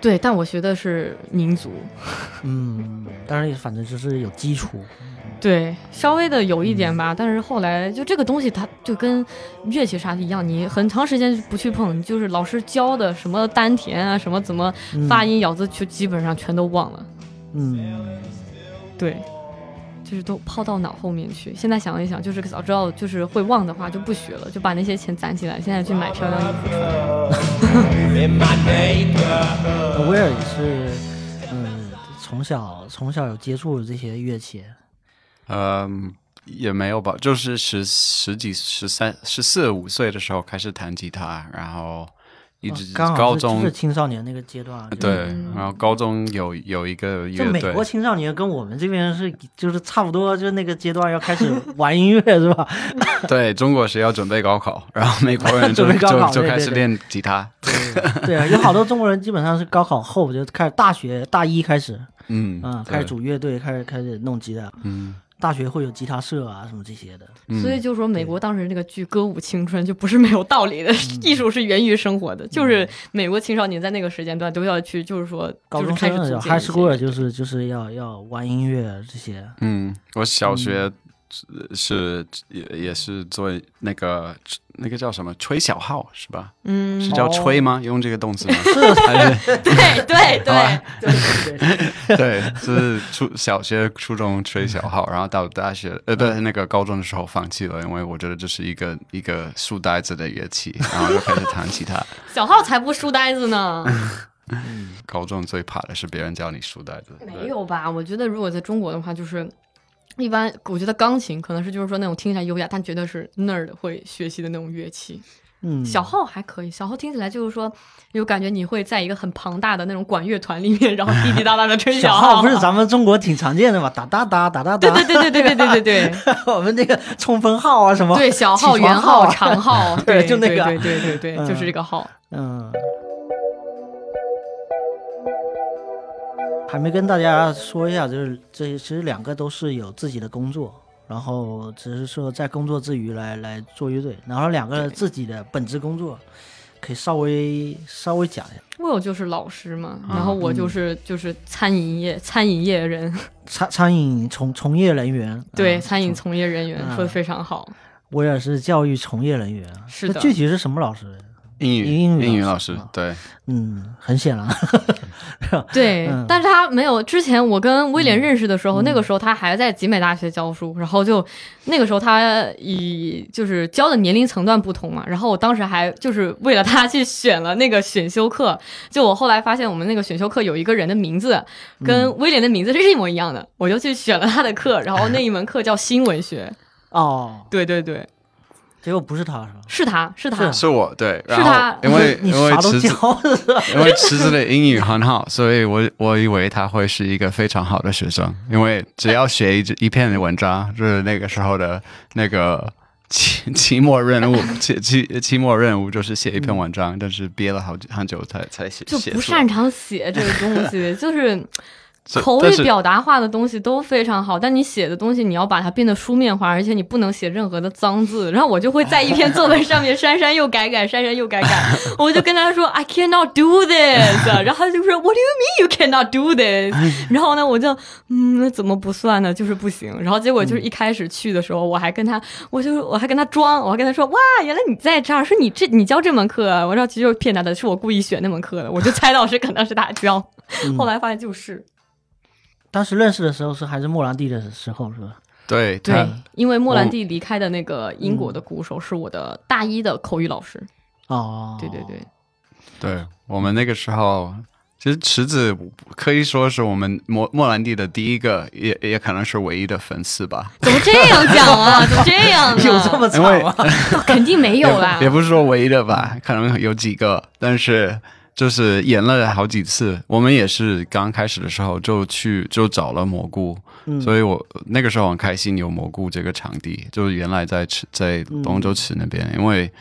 S3: 对，但我学的是民族。
S2: 嗯，但是反正就是有基础。
S3: 对，稍微的有一
S2: 嗯
S3: 点吧，但是后来就这个东西，它就跟乐器啥的一样，你很长时间不去碰，就是老师教的什么丹田啊，什么怎么发音、咬字，就基本上全都忘了。
S2: 嗯，
S3: 对，就是都抛到脑后面去。现在想一想，就是早知道就是会忘的话，就不学了，就把那些钱攒起来，现在去买漂亮衣服穿。
S2: 威尔也是嗯从小从小有接触这些乐器？
S4: 嗯，也没有吧，就是十十几、十三、十四五岁的时候开始弹吉他，然后一
S2: 哦
S4: 直
S2: 刚好
S4: 高
S2: 是
S4: 中
S2: 就是青少年那个阶段啊，就是
S4: 对，
S3: 嗯
S4: 然后高中有有一个
S2: 就
S4: 乐
S2: 美
S4: 队
S2: 国，青少年跟我们这边是就是差不多，就是那个阶段要开始玩音乐是吧？
S4: 对中国是要准备高考，然后美国人 就
S2: 准备高考
S4: 就就
S2: 对
S4: 开
S2: 对
S4: 始
S2: 对
S4: 练吉他，
S2: 对啊，有好多中国人基本上是高考后就开始大学大一开始，
S4: 嗯
S2: 嗯，
S4: 对
S2: 开始组乐队，开始开始弄吉他，
S4: 嗯
S2: 大学会有吉他社啊什么这些的。
S3: 所以就说美国当时那个剧《歌舞青春》就不是没有道理的，
S2: 嗯
S3: 艺术是源于生活的，就是美国青少年在那个时间段都要去，就是说
S2: 高
S3: 就是
S2: 中
S3: 开
S2: 生的
S3: 始组
S2: 时
S3: 建
S2: 候
S3: 一
S2: ，high
S3: 些
S2: school 就是就是要要玩音乐啊这些，
S4: 嗯，我小学是也也是做那个那个叫什么吹小号是吧？
S3: 嗯，
S4: 是叫
S2: 哦
S4: 吹吗？用这个动 词吗？
S3: 对对 对
S4: 啊，
S2: 对对对，
S4: 对，就是初小学、初中吹小号，然后到大学，呃，不，那个高中的时候放弃了，因为我觉得这是一个一个书呆子的乐器，然后就开始弹吉他。
S3: 小号才不书呆子呢，
S2: 嗯
S4: 高中最怕的是别人叫你书呆子，
S3: 没有吧？我觉得如果在中国的话，就是。一般我觉得钢琴可能是就是说那种听起来优雅，但觉得是 nerd 会学习的那种乐器。
S2: 嗯，
S3: 小号还可以，小号听起来就是说有感觉你会在一个很庞大的那种管乐团里面，然后滴滴答答的 吹
S2: 小
S3: 号。
S2: 号不是咱们中国挺常见的嘛，哒哒哒哒哒
S3: 对
S2: 哒，
S3: 对对对对对对对对。
S2: 我们这个冲锋号啊什么，
S3: 对，小号、
S2: 起
S3: 圆
S2: 床号
S3: 号、
S2: 啊
S3: 长号，
S2: 对
S3: 对，
S2: 就那个
S3: 对对对对对，
S2: 嗯
S3: 就是这个号。
S2: 嗯，还没跟大家说一下，就是这其实两个都是有自己的工作，然后只是说在工作之余来来做乐队，然后两个自己的本职工作，可以稍微稍微讲一下。
S3: Will 就是老师嘛，
S2: 啊
S3: 然后我
S2: 嗯
S3: 就是就是餐饮业餐饮业人，
S2: 餐餐饮从从业人员，
S3: 对
S2: 嗯
S3: 餐饮
S2: 从
S3: 从业人员
S2: 嗯
S3: 说的非常好。
S2: 我也是教育从业人员啊。
S3: 是
S2: 那
S3: 的
S2: 具体是什么老师？
S4: 英语
S2: 英语
S4: 英语
S2: 老
S4: 老
S2: 师
S4: 师
S2: 啊，
S4: 对，
S2: 嗯，很显然，
S3: 对，
S2: 嗯
S3: 但是他没有之前我跟威廉认识的时候，那个时候他还在集美大学教书，然后就那个时候他以就是教的年龄层段不同嘛，然后我当时还就是为了他去选了那个选修课，就我后来发现我们那个选修课有一个人的名字跟威廉的名字是一模一样的，我就去选了他的课，然后那一门课叫新闻学，
S2: 哦，
S3: 对对对，
S2: 结果不是他是吧？
S3: 是他是他，
S4: 是我对，然
S3: 他
S4: 后因为
S2: 你
S4: 因为
S2: 啥都
S4: 池
S2: 教
S4: 子。
S2: 是吧？
S4: 因为池子的英语很好，所以我我以为他会是一个非常好的学生，因为只要写一一篇文章，就是那个时候的那个期期末任务， 期期期末任务就是写一篇文章，但是憋了好久很久才才写
S3: 就
S4: 写
S3: 不
S4: 出来
S3: 擅长写这个东西，就是
S4: 这
S3: 口
S4: 但
S3: 语
S4: 是
S3: 表达化的东西都非常好，但你写的东西你要把它变得书面化，而且你不能写任何的脏字。然后我就会在一篇作文上面删删又改改，删删又改改。我就跟他说 I cannot do this，然 后他就说 What do you mean you cannot do this？然后呢，我就嗯，那怎么不算呢？就是不行。然后结果就是
S4: 嗯
S3: 一开始去的时候，我还跟他，我就我还跟他装，我还跟他说哇，原来你在这儿，是你这你教这门课啊，我知道其实就是骗他的，是我故意选那门课的，我就猜到是可能是他教，
S4: 嗯
S3: 后来发现就是。
S2: 当时认识的时候是还是莫兰蒂的时候是吧？
S4: 对
S3: 对
S4: 他，
S3: 因为莫兰
S4: 我嗯
S3: 蒂离开的那个英国的鼓手是我的大一的口语老师。
S2: 哦，
S3: 对对对，
S4: 对我们那个时候。其实池子可以说是我们莫莫兰蒂的第一个，也也可能是唯一的粉丝吧。
S3: 怎么这样讲 啊？怎么这样呢？
S2: 有这么啊
S4: 因为
S2: 惨吗？
S3: 肯定没有啊啦
S4: 也，也不是说唯一的吧，可能有几个，但是就是演了好几次。我们也是刚开始的时候就去就找了蘑菇，所以我那个时候很开心有蘑菇这个场地，就是原来在池在龙州池那边，因为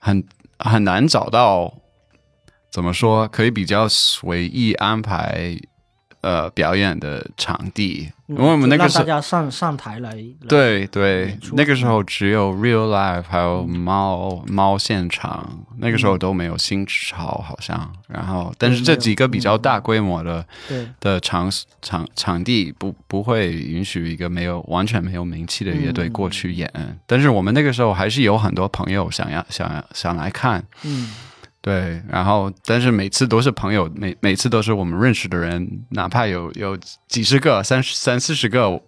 S4: 很很难找到，怎么说可以比较随意安排呃表演的场地，
S2: 嗯
S4: 因为我 们那个
S2: 让
S4: 时
S2: 大
S4: 候。
S2: 家上上台来，来，
S4: 对对
S2: 演出，
S4: 那个时候只有 Real Life，还有猫猫现场，那个时候都没有新潮好像。然后，但是这几个比较大规模的
S2: 对
S4: 的场场场地不不会允许一个没有完全没有名气的乐队过去演。但是我们那个时候还是有很多朋友想要想要想来看，
S2: 嗯，
S4: 对，然后但是每次都是朋友，每每次都是我们认识的人，哪怕有有几十个、三十三四十个，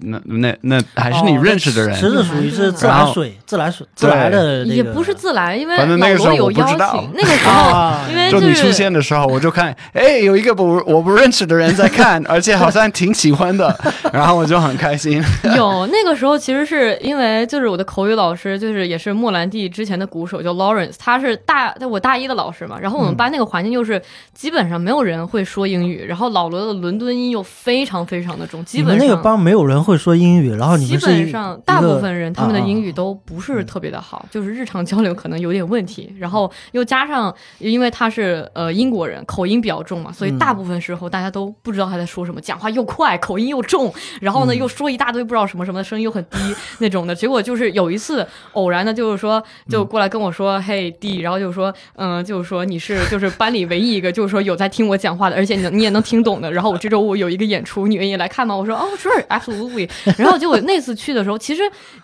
S4: 那那那还是你
S2: 哦
S4: 认识的人。
S2: 池子属于是自来水，自来水自来的、这个，
S3: 也不是自哦来，因为
S4: 反正
S3: 老
S4: 那个时候
S3: 罗有
S4: 我不
S3: 邀
S4: 知
S3: 请
S4: 道，啊
S3: 那个时候因为
S4: 就
S3: 是
S4: 你出现的时候，我就看，哎，有一个不我不认识的人在看，而且好像挺喜欢的， 然后我就很开心。
S3: 有那个时候，其实是因为就是我的口语老师，就是也是莫兰蒂之前的鼓手，叫 Lawrence，他是大我大一的老师嘛。然后
S4: 嗯
S3: 我们班那个环境就是基本上没有人会说英语，然后老罗的伦敦音又非常非常的重，基
S2: 你
S3: 本
S2: 们
S3: 上
S2: 那个帮没有人会说英语，然后你
S3: 基
S2: 们是啊
S3: 本上大部分人他们的
S2: 语
S3: 英语都不
S2: 嗯
S3: 是特别的好，就是日常交流可能有点问题，然后又加上因为他是呃英国人，口音比较重嘛，所以大部分时候大家都不知道他在说什么，讲话又快，口音又重，然后呢又说一大堆不知道什么什么的，声音又很低那种的。结果就是有一次偶然的，就是说就过来跟我说，嘿弟，然后就说嗯、就是说你是就是班里唯一一个就是说有在听我讲话的，而且你能你也能听懂的。然后我这周五有一个演出，你愿意来看吗？我说哦，sure，absolutely。然后结果那次去的时候，其实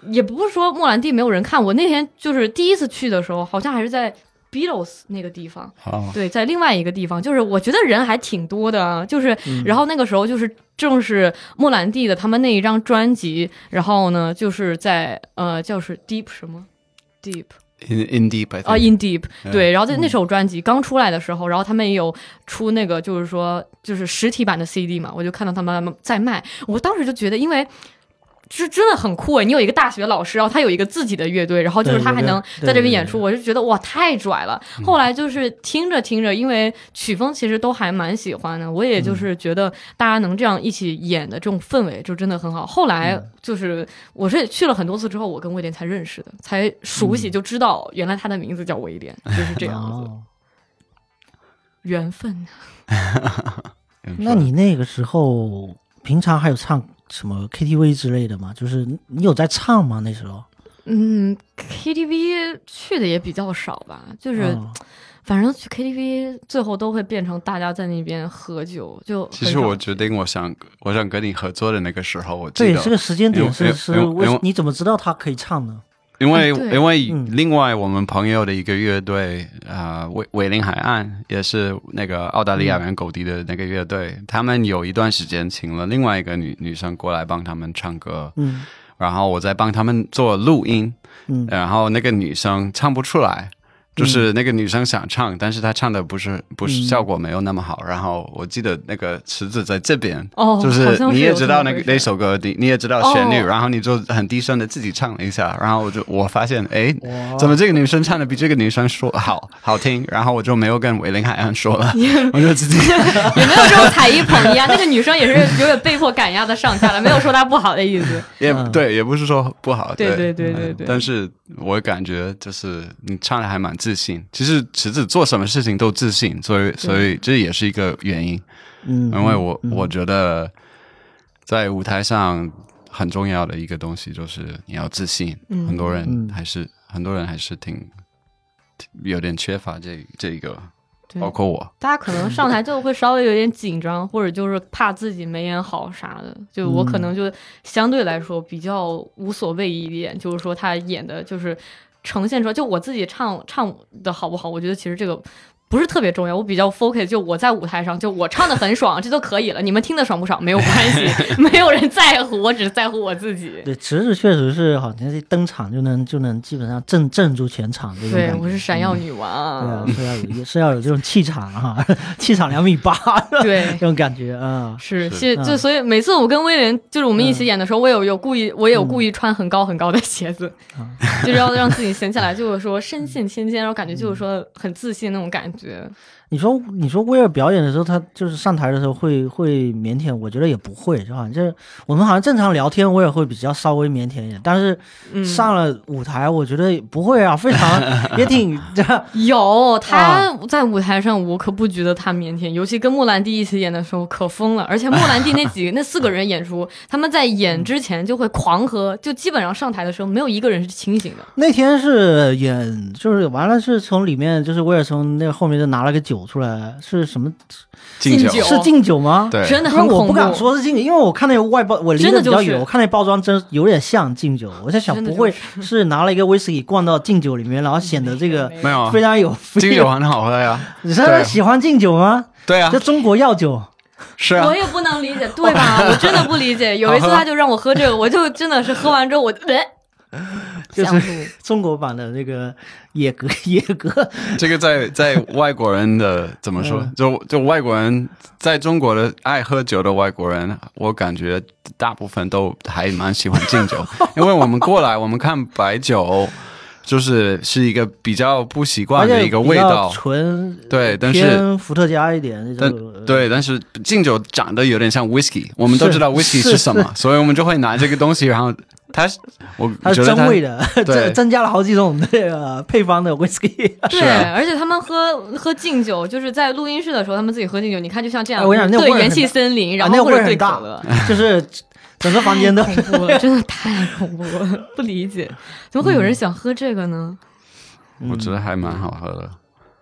S3: 也不是说莫兰蒂没有人看，我那天就是第一次去的时候，好像还是在 Beatles 那个地方，
S4: 好，
S3: 对，在另外一个地方，就是我觉得人还挺多的啊，就是，
S2: 嗯
S3: 然后那个时候就是正是莫兰蒂的他们那一张专辑，然后呢就是在呃叫是 Deep 什么 Deep。
S4: In in deep，I
S3: 啊、
S4: think.
S3: i n Deep，对，
S2: 嗯
S3: 然后在那首专辑刚出来的时候，然后他们也有出那个就是说就是实体版的 CD 嘛，我就看到他们在卖，我当时就觉得，因为这真的很酷诶，你有一个大学老师，然后他有一个自己的乐队，然后就是
S2: 对
S3: 他还
S2: 有的
S3: 能
S2: 对
S3: 在这
S2: 对
S3: 边演
S2: 对
S3: 出，我就觉得哇太拽了。
S4: 嗯
S3: 后来就是听着听着，因为曲风其实都还蛮喜欢的，我也就是
S4: 嗯
S3: 觉得大家能这样一起演的这种氛围就真的很好。后来
S4: 嗯
S3: 就是我是去了很多次之后，我跟威廉才认识的，才熟
S4: 嗯
S3: 悉就知道原来他的名字叫威廉，就是这 样子，
S2: 哦。
S3: 缘分。
S2: 那你那个时候平常还有唱什么 KTV 之类的吗？就是你有在唱吗？那时候
S3: 嗯，KTV 去的也比较少吧，就是。
S2: 嗯
S3: 反正去 KTV 最后都会变成大家在那边喝酒，就很
S4: 其实我
S3: 少
S4: 决定，我想我想跟你合作的那个时候，我记
S2: 对
S4: 得
S2: 这个时间
S4: 因
S2: 点
S4: 为
S2: 是是
S4: 因为因
S2: 为
S4: 为
S2: 你怎么知道他可以唱呢？
S4: 因为、
S3: 嗯对
S4: 因为
S2: 嗯
S4: 另外我们朋友的一个乐队，啊，伟伟林海岸也是那个澳大利亚人狗迪的那个乐队，
S3: 嗯
S4: 他们有一段时间请了另外一个女女生过来帮他们唱歌，
S2: 嗯
S4: 然后我在帮他们做录音，
S2: 嗯
S4: 然后那个女生唱不出
S3: 嗯
S4: 来。就是那个女生想唱，但是她唱的不是不是
S2: 嗯
S4: 效果没有那么好。然后我记得那个池子在这边，
S3: 哦，
S4: 就
S3: 好
S4: 是
S3: 像
S4: 你
S3: 有
S4: 也
S3: 这
S4: 知
S3: 么
S4: 道那
S3: 回
S4: 个
S3: 事
S4: 那首歌，你你也知道旋律，
S3: 哦
S4: 然后你就很低声的自己唱了一下，然后我就我发现，哎
S2: 哇，
S4: 怎么这个女生唱的比这个女生说好好听？然后我就没有跟韦林海岸说了，我就自己
S3: 也没有这种踩一捧一啊。那个女生也是有点被迫赶鸭子上架了，没有说她不好的意思。
S4: 也
S2: 嗯
S4: 对，也不是说不好，
S3: 对
S4: 对
S3: 对对对
S4: 嗯
S3: 对
S4: 但是我感觉就是你唱的还蛮自信，其实池子做什么事情都自信，所以所以这也是一个原因，
S2: 嗯，
S4: 因为我
S2: 嗯
S4: 我觉得在舞台上很重要的一个东西就是你要自信，
S3: 嗯
S4: 很多人
S2: 嗯
S4: 还是很多人还是挺挺有点缺乏这这一个，
S3: 对
S4: 包括我，
S3: 大家可能上台就会稍微有点紧张，或者就是怕自己没演好啥的。就我
S4: 嗯
S3: 可能就相对来说比较无所谓一点，就是说他演的就是呈现出来，就我自己唱唱的好不好，我觉得其实这个。不是特别重要，我比较 focus，就我在舞台上，就我唱的很爽，这就可以了。你们听的爽不爽没有关系， 没有人在乎，我只在乎我自己。
S2: 对池子确实是好像是登场就能就能基本上镇镇住全场这种
S3: 对，
S2: 感觉
S3: 我是闪耀女
S2: 对啊
S3: 王。
S2: 是要有是要有这种气场哈、 气场两米八
S3: 对
S2: 这，种感觉啊。
S3: 是，
S4: 是
S3: 谢
S2: 嗯
S3: 就所以每次我跟威廉就是我们一起演的时候，我有有故意，我也有
S2: 嗯
S3: 故意穿很高很高的鞋子，就是要让自己显起来，就是说深陷千间，然后感觉
S2: 嗯
S3: 就是说很自信那种感觉。
S2: 你说你说威尔表演的时候，他就是上台的时候会会腼腆，我觉得也不会，是吧？就是我们好像正常聊天，威尔会比较稍微腼腆一点，但是
S3: 嗯，
S2: 上了舞台，我觉得不会啊，非常也挺这
S3: 有他
S2: 啊
S3: 在舞台上，我可不觉得他腼腆，尤其跟莫兰蒂一起演的时候可疯了。而且莫兰蒂那 几那四个人演出，他们在
S2: 嗯
S3: 演之前就会狂喝，就基本上上台的时候没有一个人是清醒的。
S2: 那天是演，就是完了，是从里面就是威尔从那个后面就拿了个酒出来，是什么？
S4: 敬
S3: 敬
S4: 酒
S3: 酒
S2: 是敬酒吗？
S4: 对
S3: 真的
S2: 因为
S3: 很恐怖。
S2: 我不敢说是敬酒，因为我看那个外包，我离
S3: 真
S2: 得
S3: 的
S2: 比较
S3: 就是
S2: 远，我看那包装真有点像敬酒。我在想，
S3: 真的
S2: 不
S3: 就
S2: 会是拿了一个威士忌灌到敬酒里面，然后显得这个
S4: 没有啊
S2: 非常有
S4: 敬
S2: feel
S4: 酒很好喝呀，
S2: 你真的
S4: 对
S2: 喜欢敬酒吗？
S4: 对啊
S2: 这，中国药酒，
S4: 是啊
S3: 我，也不能理解，对吧？我真的不理解。有一次他就让我喝这个，我就真的是喝完之后我，哎
S2: 就
S3: 想
S2: 是
S3: 吐。
S2: 中国版的那个野格 野格，
S4: 这个在在外国人的怎么说？
S2: 嗯
S4: 就就外国人在中国的爱喝酒的外国人，我感觉大部分都还蛮喜欢敬酒，因为我们过来我们看白酒，就是是一个比较不习
S2: 而
S4: 惯的
S2: 且
S4: 一个味
S2: 比较
S4: 道，
S2: 纯
S4: 对，但是。
S2: 偏伏特加一点那
S4: 但
S2: 种。
S4: 对，但是敬酒长得有点像 whisky，我们都
S2: 是
S4: 知道 whisky
S2: 是
S4: 是什么，所以我们就会拿这个东西，然后它，我
S2: 它
S4: 觉
S2: 是
S4: 得
S2: 真
S4: 它
S2: 味的， 增
S4: 对
S2: 增加了好几种那个配方的 whisky。
S3: 对，
S4: 是啊
S3: 而且他们喝喝敬酒，就是在录音室的时候，他们自己喝敬酒。你看，就像这样，
S2: 哎我想那
S3: 对
S2: 味儿很
S3: 元气森林，
S2: 啊
S3: 然，
S2: 那
S3: 后或
S2: 味
S3: 者
S2: 儿
S3: 对
S2: 很
S3: 可
S2: 大
S3: 乐，，
S2: 就是整个房间都
S3: 太恐怖了，真的太恐怖了，不理解，怎么会有人想喝这个呢？
S4: 我
S2: 嗯
S4: 觉得还蛮好喝的。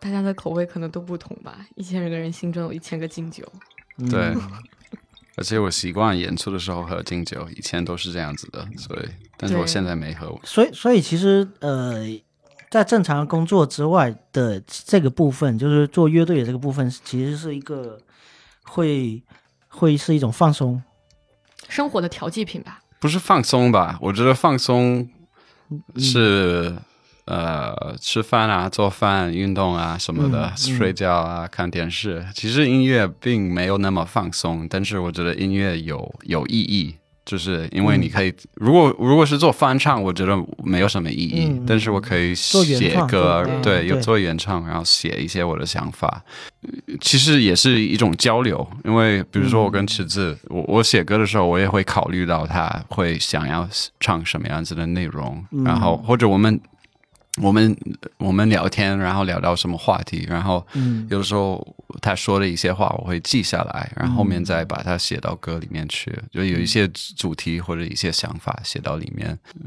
S3: 大家的口味可能都不同吧，一千个人心中有一千个敬酒。
S2: 嗯
S4: 对， 而且我习惯演出的时候喝敬酒，以前都是这样子的，所以，但是我
S3: 对
S4: 现在没喝。
S2: 所以，所以其实呃，在正常工作之外的这个部分，就是做乐队的这个部分，其实是一个会会是一种放松。
S3: 生活的调剂品吧，
S4: 不是放松吧？我觉得放松
S2: 嗯
S4: 是、呃吃饭啊、做饭、运动啊什么
S2: 嗯
S4: 的，睡觉啊、看电视。其实音乐并没有那么放松，但是我觉得音乐有有意义。就是因
S2: 嗯
S4: 为你可以，如果如果是做翻唱，我觉得没有什么意义，
S2: 嗯
S4: 但是我可以写
S2: 做
S4: 歌
S2: 原创，对
S4: 对，有
S2: 对
S4: 做原唱，然后写一些我的想法，其实也是一种交流，因为比如说我
S2: 嗯
S4: 跟池子，我我写歌的时候，我也会考虑到他会想要唱什么样子的内容，
S2: 嗯
S4: 然后或者我们我们我们聊天，然后聊到什么话题，然后
S2: 嗯
S4: 有的时候他说的一些话，我会记下来，然后后
S2: 嗯
S4: 面再把它写到歌里面去，就有一些主题或者一些想法写到里面，呃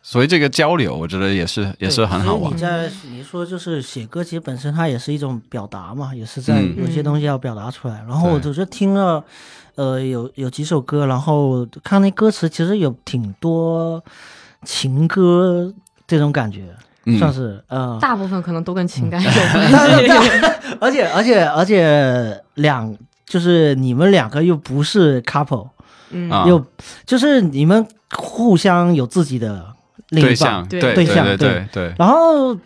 S4: 所以这个交流，我觉得也是也是很
S2: 所
S4: 好
S2: 以
S4: 玩
S2: 你。在你说就是写歌，其实本身它也是一种表达嘛，也是在
S4: 嗯
S2: 有些东西要表达出来。然后我就是听了，呃，有有几首歌，然后看那歌词，其实有挺多情歌这种感觉，
S4: 嗯
S2: 算是呃，
S3: 大部分可能都跟情感有关
S2: 嗯 但
S3: 系。
S2: 但而且而且而且两就是你们两个又不是 couple，、
S3: 嗯，
S4: 啊
S2: 又就是你们互相有自己的另
S4: 对
S2: 一半
S4: 象，，
S3: 对
S4: 对
S2: 对象
S4: 对
S2: 对
S4: 对对，
S2: 然后嘖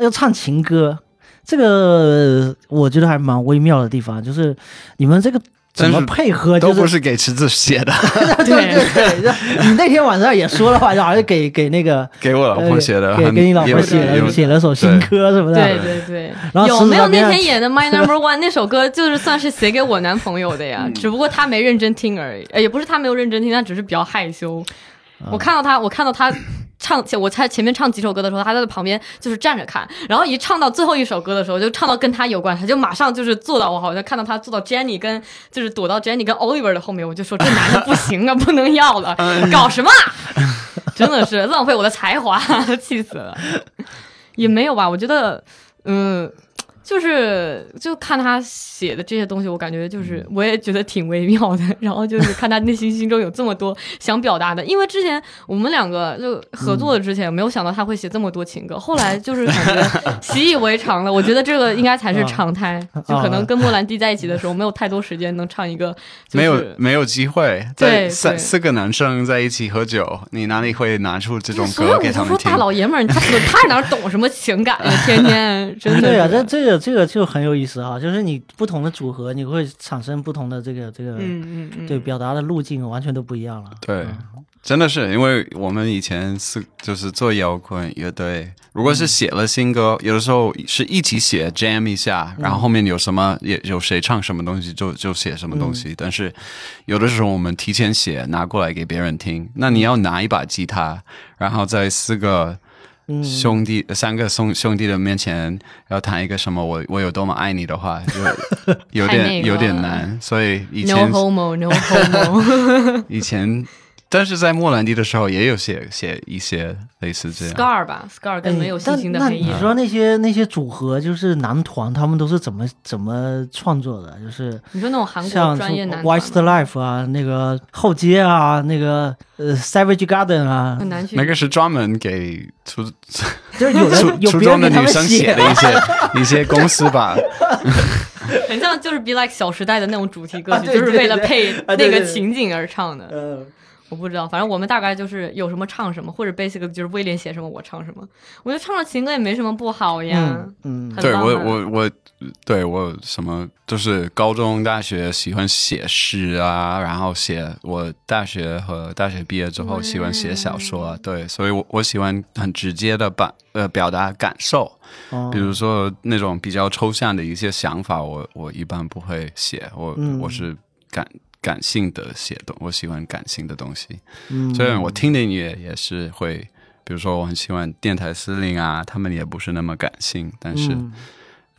S2: 又唱情歌，这个我觉得还蛮微妙的地方，就是你们这个怎么
S4: 真是
S2: 配合，就
S4: 都不
S2: 是
S4: 呃是给池子写的，
S2: 对对对，你那天晚上也说了吧，好像给给那个。 呃
S4: 给我老婆写的，
S2: 给
S4: 很
S2: 给你老婆
S4: 有
S2: 写
S4: 有
S2: 了写了首新歌什么的，
S3: 对对对
S2: 然后，
S3: 有
S2: 池子
S3: 没有
S2: 旁边
S3: 那天演的《My Number One》那首歌，就是算是写给我男朋友的呀？只不过他没认真听而已，呃也不是他没有认真听，他只是比较害羞。
S2: 啊
S3: 我看到他，我看到他唱，我在前面唱几首歌的时候，他在旁边就是站着看，然后一唱到最后一首歌的时候，就唱到跟他有关，他就马上就是坐到我好像看到他坐到 Jenny 跟就是躲到 Jenny 跟 Oliver 的后面，我就说这男的不行啊， 不能要了，搞什么啊？ 真的是浪费我的才华， 气死了。也没有吧，我觉得，嗯。就是就看他写的这些东西，我感觉
S4: 嗯
S3: 就是我也觉得挺微妙的。 然后就是看他内心心中有这么多想表达的，因为之前我们两个就合作
S4: 嗯
S3: 的之前，没有想到他会写这么多情歌。后来就是感觉习以为常了，我觉得这个应该
S4: 啊
S3: 才是常态。就可能跟莫兰蒂在一起的时候，没有太多时间能唱一个，就是
S4: 没有没有机会，
S3: 对
S4: 在
S3: 对
S4: 三四个男生在一起喝酒，你哪里会拿出这种
S3: 所以
S4: 歌
S3: 我
S4: 给
S3: 就
S4: 他们
S3: 说
S4: 听
S3: 大？老爷们儿，他他哪懂什么情感呀？天 天真的
S2: 对啊，
S3: 是
S2: 这这个这个就很有意思哈、就是你不同的组合，你会产生不同的这个这个，
S3: 嗯嗯嗯，
S2: 对表达的路径完全都不一样了。
S4: 对，
S3: 嗯
S4: 真的是，因为我们以前是就是做摇滚乐队，如果是写了新歌，有的时候是一起写 jam 一下，
S3: 嗯
S4: 然后后面有什么也有谁唱什么东西就就写什么东
S3: 嗯
S4: 西。但是有的时候我们提前写拿过来给别人听，那你要拿一把吉他，然后在四个。
S3: 嗯
S4: 兄弟，三个兄兄弟的面前要弹一个什么我我有多么爱你的话，就有
S3: 太那
S4: 点
S3: 个
S4: 有点
S3: 了
S4: 难，所以以
S3: No
S4: 前
S3: homo, no homo。
S4: 以前，但是在莫兰迪的时候也有写写一些类似这样。
S3: Scar 吧，Scar 跟
S2: 哎
S3: 没有
S2: 但
S3: 星星的
S2: 那
S3: 黑
S2: 你
S3: 夜。
S2: 说那些那些组合，就是男团，他们都是怎么怎么创作的？就是
S3: 你说那种韩国
S2: 像
S3: 专业男团
S2: Westlife 啊，那个后街啊，那个呃 Savage Garden 啊
S3: 很，难去
S4: 那个是专门给初
S2: 就是有
S4: 初
S2: 人有
S4: 初
S2: 别人
S4: 中
S2: 给
S4: 的
S2: 他
S4: 女
S2: 们
S4: 生
S2: 写
S4: 写的一些一些公司吧，
S3: 很像就是 Be Like 小时代的那种主题歌
S2: 啊
S3: 曲，
S2: 对
S3: 就是为了
S2: 对
S3: 配
S2: 对啊
S3: 那
S2: 对
S3: 个
S2: 对对
S3: 情景而唱的。
S2: 嗯，
S3: 我不知道，反正我们大概就是有什么唱什么，或者 basic 就是威廉写什么我唱什么。我觉得唱唱情歌也没什么不好呀。
S2: 嗯，
S3: 很
S4: 对
S3: 浪
S4: 我
S3: 漫
S4: 我我，对我什么就是高中、大学喜欢写诗啊，然后写我大学和大学毕业之后喜欢写小
S2: 嗯
S4: 说啊，对，所以我我喜欢很直接的把呃表达感受，
S2: 哦
S4: 比如说那种比较抽象的一些想法，我我一般不会写，我、
S2: 嗯
S4: 我是感感性的写东，我喜欢感性的东西。
S2: 嗯
S4: 虽然我听的音乐也是会，比如说我很喜欢电台司令啊，他们也不是那么感性，但是、
S2: 嗯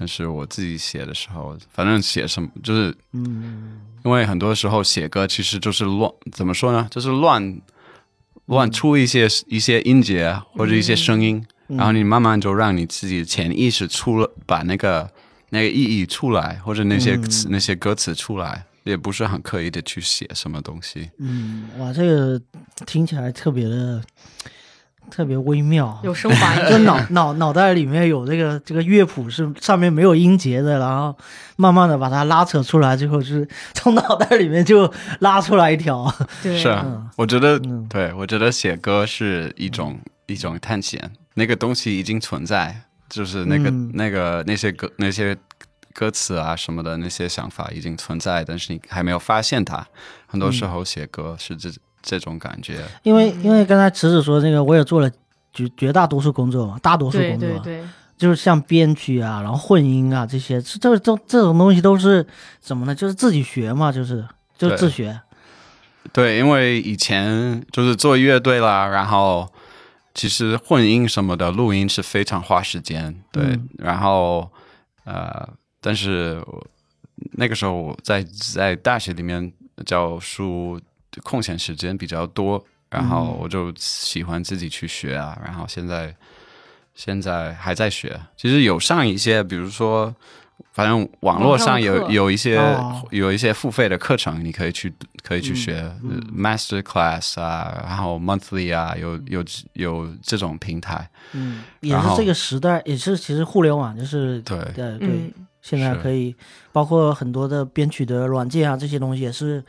S4: 但是我自己写的时候，反正写什么就是
S2: 嗯
S4: 因为很多时候写歌其实就是乱，怎么说呢？就是乱乱出一些一些音节或者一些声音，然后你慢慢就让你自己潜意识出了把那个那个意义出来，或者那些词、那些歌词出来，也不是很刻意的去写什么东西。
S2: 嗯，哇，这个听起来特别的特别微妙，
S3: 有升华
S2: 就
S3: 音，
S2: 脑脑脑袋里面有这个这个乐谱是上面没有音节的，然后慢慢的把它拉扯出来，最后就是 从脑袋里面就拉出来一条。
S3: 对，
S4: 是啊，我觉得，对我觉得写歌是一种一种探险，那个东西已经存在，就是那个、
S2: 嗯
S4: 那个那些歌那些歌词啊什么的那些想法已经存在，但是你还没有发现它。很多时候写歌是这、这种感觉，
S2: 因为
S3: 嗯
S2: 因为刚才池子说这个，我也做了绝绝大多数工作嘛，大多数
S3: 对
S2: 工作啊
S3: 对对，
S2: 就是像编曲啊，然后混音啊这些，这这这这种东西都是怎么呢？就是自己学嘛，就是就是
S4: 对
S2: 自学。
S4: 对，因为以前就是做乐队啦，然后其实混音什么的录音是非常花时间，对，
S2: 嗯
S4: 然后呃，但是我那个时候我在在大学里面教书，空闲时间比较多，然后我就喜欢自己去学啊，然后现在现在还在学，其实有上一些，比如说。反正网络上
S3: 网上
S4: 有
S3: 的课
S4: 有一些、
S2: 哦
S4: 有一些付费的课程，你可以去可以去学、master class 啊，然后 monthly 啊，有有有这种平台，
S2: 嗯，也
S4: 然
S2: 是
S4: 后
S2: 这个时代，也是其实互联网就是
S4: 对
S2: 对对、
S3: 嗯，
S2: 现在
S4: 是
S2: 可以包括很多的编曲的软件啊，这些东西也是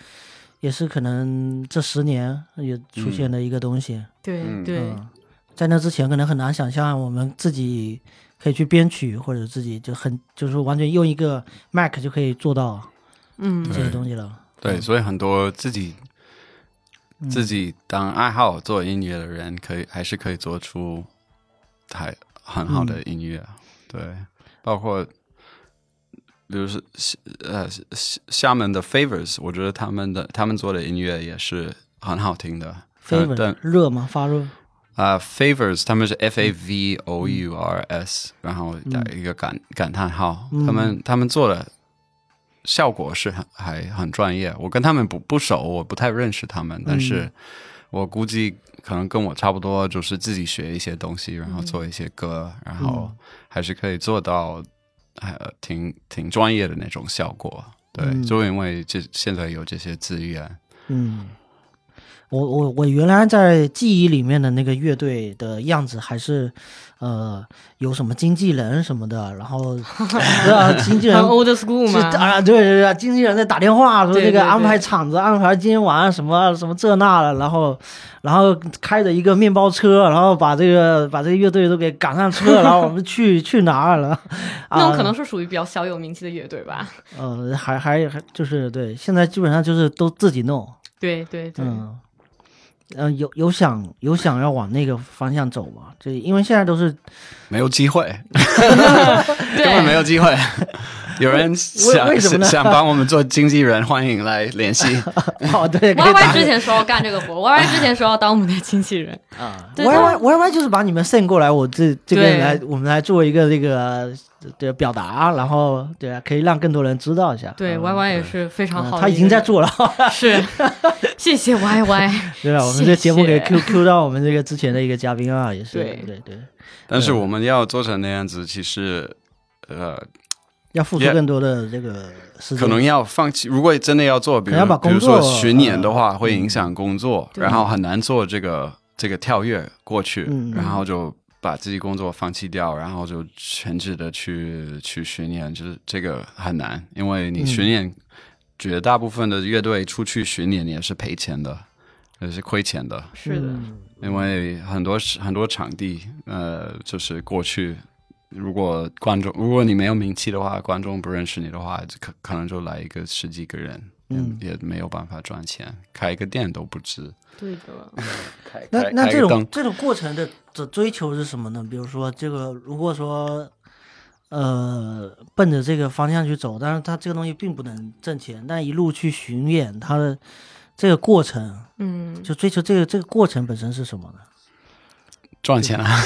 S2: 也是可能这十年也出现的一个东西。
S3: 对
S4: 嗯
S3: 对，
S2: 嗯在那之前可能很难想象我们自己可以去编曲，或者自己就很就是完全用一个 Mac 就可以做到
S3: 嗯
S2: 这些东西了。
S4: 对，所以很多自己、
S2: 嗯
S4: 自己当爱好做音乐的人，可以还是可以做出还很好的音乐，啊对，包括比如说呃厦厦门的 Favors，我觉得他们的他们做的音乐也是很好听的，
S2: 飞
S4: 但呃但
S2: 吻热吗？发热？
S4: 啊、f a v o r s 他们是 F A V O U R S，、然后打一个感感叹号，他们他们做的效果是很还很专业。我跟他们不不熟，我不太认识他们，但是我估计可能跟我差不多，就是自己学一些东西，然后做一些歌，然后还是可以做到呃挺挺专业的那种效果。对，就因为这现在有这些资源，
S2: 嗯，我我我原来在记忆里面的那个乐队的样子还是，呃，有什么经纪人什么的，然后 对啊，经纪
S3: 很
S2: 人
S3: old school
S2: 是
S3: 嘛，
S2: 啊，对对对，经纪人在打电话说
S3: 对
S2: 这
S3: 对
S2: 个
S3: 对
S2: 安排场子，安排今天晚上什么什么这那了，然后然后开着一个面包车，然后把这个把这个乐队都给赶上车， 然后我们去去哪儿了？啊、
S3: 那种可能是属于比较小有名气的乐队吧。
S2: 呃，还还还就是对，现在基本上就是都自己弄，
S3: 对对对，
S2: 嗯，呃，有有想有想要往那个方向走吗？这因为现在都 是
S4: 没有机会，
S3: 对，
S4: 根本没有机 会。有人
S2: 为
S4: 想
S2: 什么呢
S4: 想想帮我们做经纪人，欢迎来 联系。
S2: 哦，对，可
S3: Y
S2: 以
S3: Y
S2: 打
S3: 之前说要干这个活，Y Y 之前说要当我们的经纪人，
S2: 啊
S3: 对
S2: Y Y Y Y 就是把你们 send 过来，我这这边
S3: 对
S2: 来，我们来做一个这个这个表达，然后对啊，可以让更多人知道一下。
S3: 对
S2: 嗯
S3: Y Y 也是非常
S2: 嗯
S3: 好的一个人，
S2: 他已经在 做了， 嗯
S3: 是，谢谢 Y Y，
S2: 对啊吧？我们这节目
S3: 谢
S2: 给
S3: 谢
S2: Q Q 到我们这个之前的一个嘉宾啊，也是
S3: 对
S2: 对对，
S4: 但是我们要做成那样子，其实呃，
S2: 要付出
S4: Yeah
S2: 更多的这个时间，
S4: 可能要放弃。如果真的要做，比
S2: 可能要
S4: 如
S2: 把
S4: 比
S2: 工
S4: 如
S2: 作嗯
S4: 说巡演的话，会影响工作，
S3: 对
S4: 然后很难做这个这个跳跃过去
S2: 嗯，
S4: 然后就把自己工作放弃掉，然后就全职的去去巡演，就是这个很难，因为你
S2: 嗯
S4: 巡演，绝大部分的乐队出去巡演也是赔钱的，也是亏钱的，
S3: 是
S2: 嗯
S3: 的，
S4: 因为很多时很多场地，呃，就是过去，如果观众如果你没有名气的话，观众不认识你的话，就可可能就来一个十几个人，嗯，也没有办法赚钱，开一个店都不值。
S3: 对的，
S4: 开
S2: 那
S4: 开
S2: 那
S4: 开
S2: 这
S4: 个
S2: 种
S4: 灯，
S2: 这种过程的的追求是什么呢？比如说这个，如果说呃奔着这个方向去走，但是它这个东西并不能挣钱，但一路去巡演，它的这个过程
S3: 嗯，
S2: 就追求这个这个过程本身是什么呢？
S4: 赚钱啊！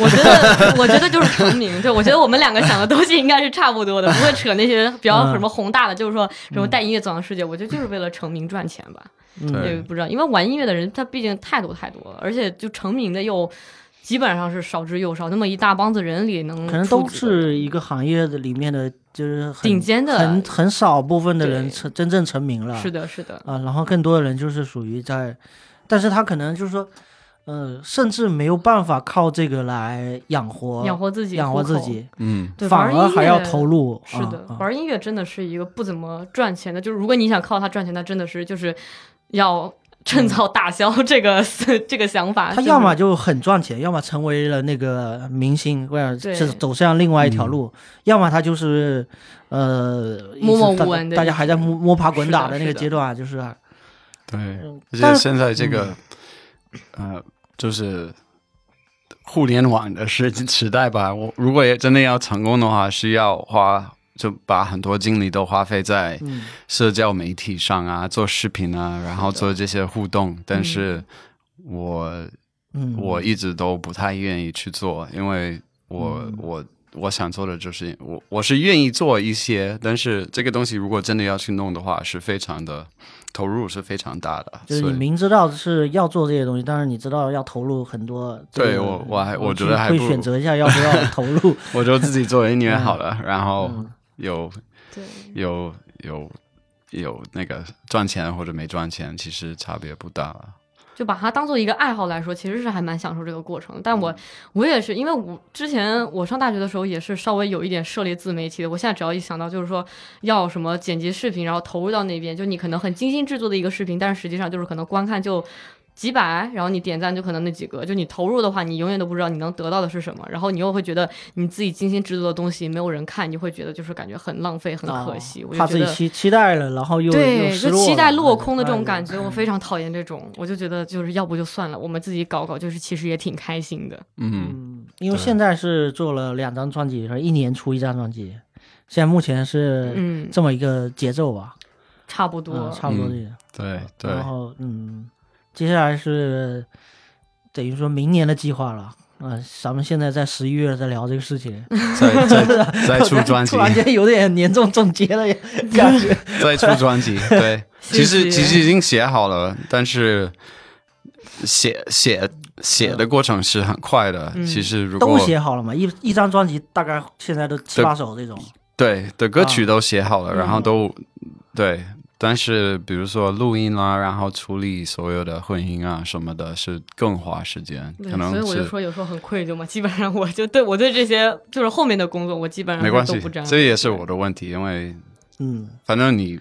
S3: 我觉得，我觉得就是成名。对，我觉得我们两个想的东西应该是差不多的，不会扯那些比
S2: 嗯
S3: 较什么宏大的，就是说什么带音乐走向世界。我觉得就是为了成名赚钱吧。也
S4: 对
S3: 不知道，因为玩音乐的人他毕竟太多太多了，而且就成名的又基本上是少之又少，那么一大帮子人里能
S2: 可能都
S3: 出几个
S2: 是一个行业的里面的，就是很
S3: 顶尖的
S2: 很很少部分的人
S3: 对
S2: 成真正成名了。
S3: 是的，是的，
S2: 啊，然后更多的人就是属于在，但是他可能就是说，呃，甚至没有办法靠这个来养活
S3: 养活自己，
S2: 养活
S3: 糊口
S2: 自，己，
S4: 嗯，
S3: 对，
S2: 反
S3: 玩
S2: 而
S3: 音
S2: 还要
S3: 乐
S2: 投。入。
S3: 是
S2: 啊
S3: 的，
S2: 啊
S3: 玩音乐真的是一个不怎么赚钱的，就是如果你想靠它赚钱，那真的是就是要趁早打消 这个这个想法。
S2: 他
S3: 就
S2: 嗯要
S3: 是
S2: 么就很赚钱，要么成为了那个明星，或者
S3: 对
S2: 是走向另外一
S4: 嗯
S2: 条路；要么他就是，呃，一直
S3: 默默无
S2: 大
S3: 闻的
S2: 大
S3: 一
S2: 家还在摸摸爬滚
S3: 是
S2: 打
S3: 的
S2: 的那
S3: 是
S2: 个
S3: 的
S2: 阶段，就是啊
S4: 对，而
S2: 但
S4: 且
S2: 是
S4: 现在这个，呃，就是互联网的时时代吧，我如果也真的要成功的话，是要花就把很多精力都花费在
S3: 嗯
S4: 社交媒体上啊，做视频啊，然后做这些互动，但是我、
S2: 嗯，
S4: 我一直都不太愿意去做，因为我、
S2: 嗯
S4: 我。我想做的就是我，我是愿意做一些，但是这个东西如果真的要去弄的话，是非常的投入是非常大的。
S2: 就是
S4: 所
S2: 你
S4: 以
S2: 明知道是要做这些东西，但是你知道要投入很多这个。呃
S4: 对我我还我
S2: 去
S4: 觉得还
S2: 会
S4: 不如
S2: 选择一下要不要投入。
S4: 我就自己做音乐好
S2: 嗯
S4: 了，然后有
S3: 对
S4: 有有有那个赚钱或者没赚钱，其实差别不大了。
S3: 就把它当做一个爱好来说，其实是还蛮享受这个过程。但
S2: 嗯
S3: 我我也是，因为我之前我上大学的时候也是稍微有一点涉猎自媒体的。我现在只要一想到就是说要什么剪辑视频，然后投入到那边，就你可能很精心制作的一个视频，但是实际上就是可能观看就。几百，然后你点赞就可能那几个，就你投入的话，你永远都不知道你能得到的是什么，然后你又会觉得你自己精心制作的东西没有人看，你会觉得就是感觉很浪费、 很可惜。
S2: 哦
S3: 我就
S2: 怕
S3: 觉
S2: 自己
S3: 得
S2: 期期待了，然后又又
S3: 对，
S2: 失
S3: 就
S2: 落了
S3: 期待落空的这种感。觉，
S2: 哎
S3: 我非常讨厌这种。我就觉得就是要不就算了，我们自己搞搞，就是其实也挺开心的。
S4: 嗯，
S2: 嗯，因为现在是做了两张专辑，是一年出一张专辑，现在目前是
S3: 嗯，
S2: 这么一个节奏吧，
S3: 差不多。
S2: 嗯，差不多这个。
S4: 对对，
S2: 然后嗯，接下来是等于说明年的计划了。嗯，咱们现在在十一月在聊这个事情，
S4: 再再 再出专辑
S2: 突，然间有点严重总结了感觉。
S4: 再出 专辑，对，
S3: 谢谢
S4: 其实其实已经写好了，但是写写写的过程是很快的。
S3: 嗯
S4: 其实如
S2: 都
S4: 果
S2: 写好了嘛，一一张专辑大概现在都七八首这种。
S4: 对的歌
S3: 嗯
S4: 曲都写好了，然后都、对，但是比如说录音啦、然后处理所有的混音啊什么的，是更花时间，
S3: 对
S4: 可，能
S3: 所以我就是说有时候很愧疚嘛。基本上我就对我对这些就是后面的工作，我基本上
S4: 没关
S3: 都
S4: 系
S3: 不沾，。
S4: 这也是我的问题，因为
S2: 嗯，
S4: 反正你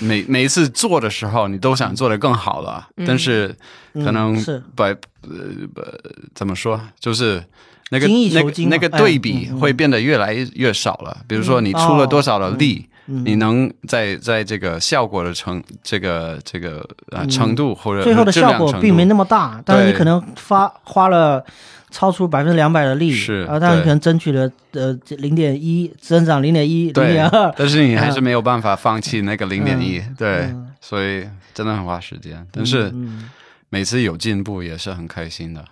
S4: 每每一次做的时候，你都想做的更好了，但是可能
S2: 嗯是
S4: 百呃呃怎么说，就是。那个
S2: 精益
S4: 那
S2: 求
S4: 个
S2: 精嘛
S4: 那个
S2: 哎
S4: 对比
S2: 嗯嗯
S4: 会变得越来越少了。比如说，你
S2: 嗯
S4: 出了多
S2: 哦
S4: 少的力，
S2: 嗯
S4: 你能在在这个效果的程这个这个呃
S2: 嗯
S4: 程度或者
S2: 最后的
S4: 质量
S2: 效果
S4: 程
S2: 并没
S4: 度
S2: 那么大，但是你
S4: 对
S2: 可能发花了超出百分之两百的力，
S4: 是
S2: 啊，但是
S4: 对
S2: 你可能争取了呃零点一增长零点一、零
S4: 对
S2: 点二，，
S4: 但是 你还是没有办法放弃那个零点一，对
S2: 啊嗯，
S4: 所以真的很花时间。但是
S2: 嗯，
S4: 每次有进步也是很开心的，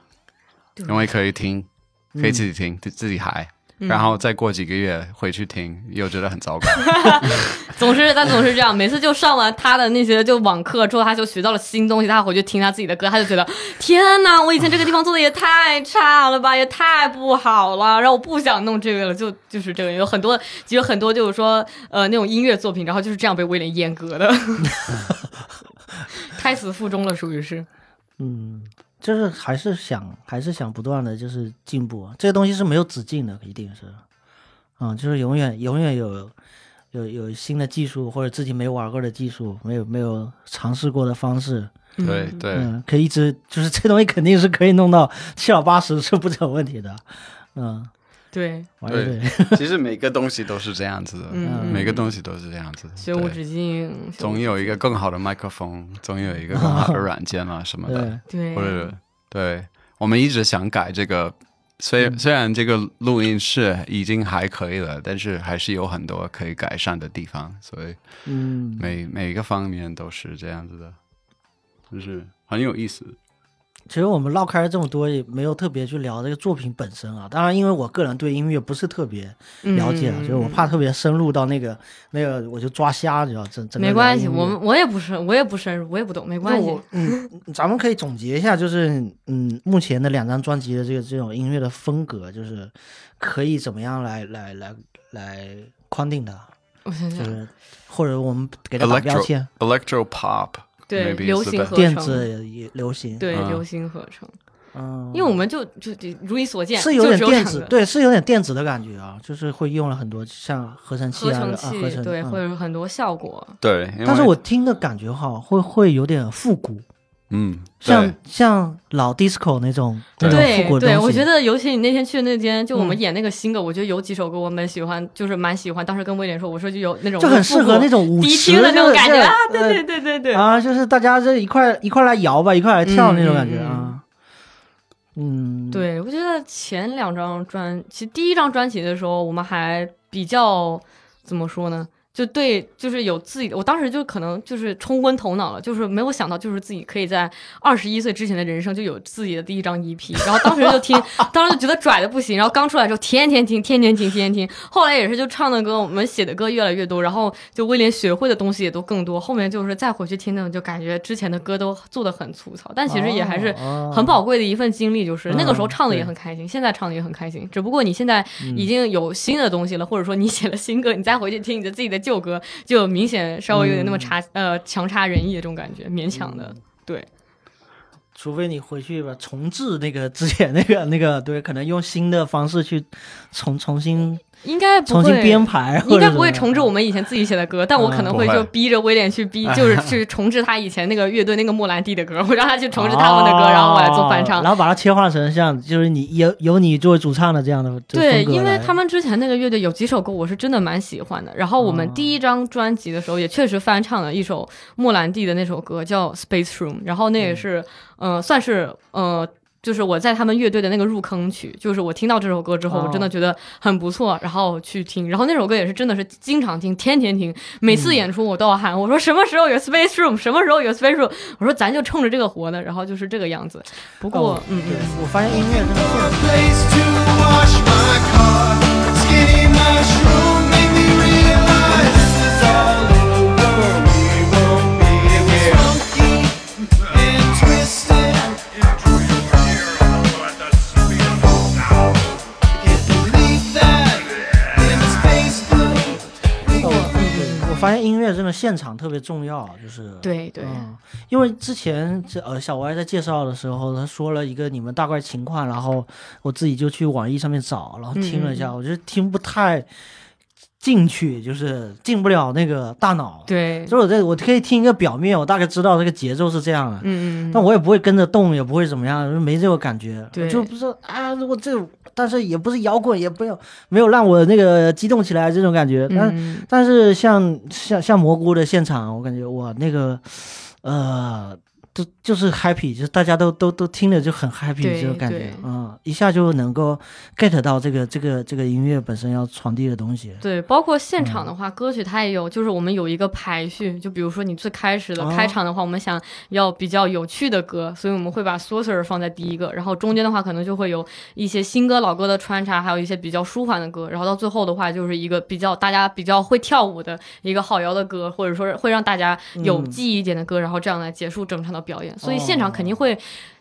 S3: 对嗯
S4: 因为可以听，可以自己听，自自己嗨。然后再过几个月回去听，又觉得 很糟糕。
S3: 总是但总是这样，每次就上完他的那些就网课之后，他就学到了新东西，他回去听他自己的歌，他就觉得天哪，我以前这个地方做的也太差了吧，也太不好了，然后我不想弄这个了，就就是这个有很多，其实很多就是说呃那种音乐作品，然后就是这样被威廉 阉割的，胎死腹中了，属于是。
S2: 嗯，就是还是想还是想不断的就是进步，啊这个东西是没有止境的，一定是，啊、就是永远永远有有有新的技术或者自己没玩过的技术，没有没有尝试过的方式，
S4: 对对，
S2: 嗯，可以一直就是这东西肯定是可以弄到七老八十是不成问题的，嗯，
S3: 对，
S2: 玩乐队，
S4: 其实每个东西都是这样子的，
S3: 嗯
S4: 每个东西都是这样子的。
S3: 学无
S4: 对
S3: 止境，学
S4: 总有一个更好的麦克风，总有一个更好的软件啊什么的。
S2: 对，
S3: 对
S4: 或者对我们一直想改这个，虽
S3: 嗯
S4: 虽然这个录音室已经还可以了，但是还是有很多可以改善的地方，所以
S2: 嗯，
S4: 每每个方面都是这样子的，就是很有意思。
S2: 其实我们唠开了这么多，也没有特别去聊这个作品本身啊。当然，因为我个人对音乐不是特别了解，啊
S3: 嗯
S2: 就是我怕特别深入到那个那个，我就抓瞎，你知道，整整个
S3: 没关系，
S2: 聊音乐
S3: 我们我也不深，我也不深入，我也不懂，没关系
S2: 那我。嗯，咱们可以总结一下，就是嗯，目前的两张专辑的这个这种音乐的风格，就是可以怎么样来来来来框定的，啊
S3: 我想
S2: 就
S3: 想，
S2: 是或者我们给它打标
S4: Electro
S2: 签，
S4: electro pop，
S3: 对
S4: maybe is
S3: 流
S4: the
S3: 行
S4: best
S3: 合
S2: 电
S3: 成，
S2: 子也流行，，
S3: 对
S4: 嗯
S3: 流行合成，
S2: 嗯，
S3: 因为我们就就就如你所见，
S2: 是有点
S3: 就只
S2: 电
S3: 两
S2: 子
S3: 个，
S2: 对，是有点电子的感觉啊，就是会用了很多像合成器
S3: 合
S2: 啊，
S3: 成
S2: 啊合
S3: 器
S2: 成
S3: 对，
S2: 嗯
S3: 或者是很多效果，
S4: 对，因为
S2: 但是我听的感觉哈，会会有点复古，
S4: 嗯，
S2: 像
S4: 对
S2: 像老 disco 那种那种复
S3: 对
S2: 古的
S3: 对，
S2: 东
S3: 我
S2: 西
S3: 觉。得尤其你那天去的那间，就我们
S2: 嗯
S3: 演那个新歌，我觉得有几首歌我蛮喜欢，就是蛮喜欢。当时跟威廉说，我说就有那种
S2: 就很适合那种舞
S3: 迪
S2: 池
S3: 厅的那种感觉啊，
S2: 就是
S3: 对对对对对，
S2: 啊，就是大家这一块一块来摇吧，一块来跳那种感觉
S3: 嗯嗯
S2: 啊。嗯，，
S3: 对，我觉得前两张专，其实第一张专辑的时候，我们还比较怎么说呢？就对，就是有自己的，我当时就可能就是冲昏头脑了，就是没有想到，就是自己可以在二十一岁之前的人生就有自己的第一张 EP，然后当时就听， 当时就觉得拽的不行，然后刚出来的时候天天听，天天听，天天听，后来也是就唱的歌，我们写的歌越来越多，然后就威廉学会的东西也都更多，后面就是再回去听那种，就感觉之前的歌都做的很粗糙，但其实也还
S2: 哦
S3: 是
S2: 嗯
S3: 很宝贵的一份经历，就是那个时候唱的也很开心，现在唱的也很开心。只不过你现在
S2: 嗯
S3: 已经有新的东西了，或者说你写了新歌，你再回去听你的自己的旧歌，就明显稍微有点
S2: 嗯
S3: 那么差、呃强差人意的这种感觉，勉强的。对，
S2: 除非你回去吧重置那个之前那个那个，对，可能用新的方式去重重新
S3: 应该不
S2: 重新
S3: 会
S2: 编。排，或
S3: 应
S2: 者
S3: 该
S2: 什
S3: 不
S2: 么嗯
S3: 会
S2: 的
S3: 重置我们以前自己写的歌，但我可能会
S4: 不会
S3: 就逼着威廉去逼，就是去重置他以前那个乐队那个莫兰蒂的歌，我让他去重置他们的歌，然后我来做翻唱
S2: 哦。然后把它切换成像就是你由由你作为主唱的这样的这个
S3: 对，
S2: 风格
S3: 因为
S2: 来
S3: 他们之前那个乐队有几首歌我是真的蛮喜欢的。然后我
S2: 哦
S3: 们第一张专辑的时候也确实翻唱了一首莫兰蒂的那首歌叫《Space Room》，然后那
S2: 嗯
S3: 也是、呃算是呃。就是我在他们乐队的那个入坑曲，就是我听到这首歌之后，
S2: 哦
S3: 我真的觉得很不错，然后去听，然后那首歌也是真的是经常听，天天听，每
S2: 嗯
S3: 次演出我都要喊，我说什么时候有 Space Room，什么时候有 Space Room，我说咱就冲着这个活的，然后就是这个样子。不过，
S2: 哦
S3: 嗯嗯。
S2: 对我发现音乐真的现在。
S1: place to wash my car. Skinny mushroom made me realize this is all over. We won't be here. Funky and twisted. Can't believe that in the space blue.
S2: 我我发现音乐真的现场特别重要，就是
S3: 对对
S2: 嗯，因为之前这呃小歪在介绍的时候，他说了一个你们大概情况，然后我自己就去网易上面找，然后听了一
S3: 嗯
S2: 下，我觉得听不太进去，就是进不了那个大脑。，
S3: 对，
S2: 所以我在我可以听一个表面，我大概知道这个节奏是这样的，
S3: 嗯嗯嗯，
S2: 但我也不会跟着动，也不会怎么样，就没这个感觉。
S3: 对
S2: 我就不是啊，如果这，但是也不是摇滚，也不要没有让我那个激动起来这种感觉。但、
S3: 嗯
S2: 但是像像像蘑菇的现场，我感觉哇，那个呃，就就是 happy，就是大家都都都听着就很 happy
S3: 对
S2: 这种感觉
S3: 对，
S2: 嗯，一下就能够 get 到这个这个这个音乐本身要传递的东西。
S3: 对，包括现
S2: 嗯
S3: 场的话，歌曲它也有，就是我们有一个排序，就比如说你最开始的
S2: 哦
S3: 开场的话，我们想要比较有趣的歌，所以我们会把 Sorcerer 放在第一个，然后中间的话可能就会有一些新歌、老歌的穿插，还有一些比较舒缓的歌，然后到最后的话就是一个比较大家比较会跳舞的一个好摇的歌，或者说会让大家有
S2: 嗯
S3: 记忆一点的歌，然后这样来结束整场的表演，所以现
S2: 哦
S3: 场肯定会。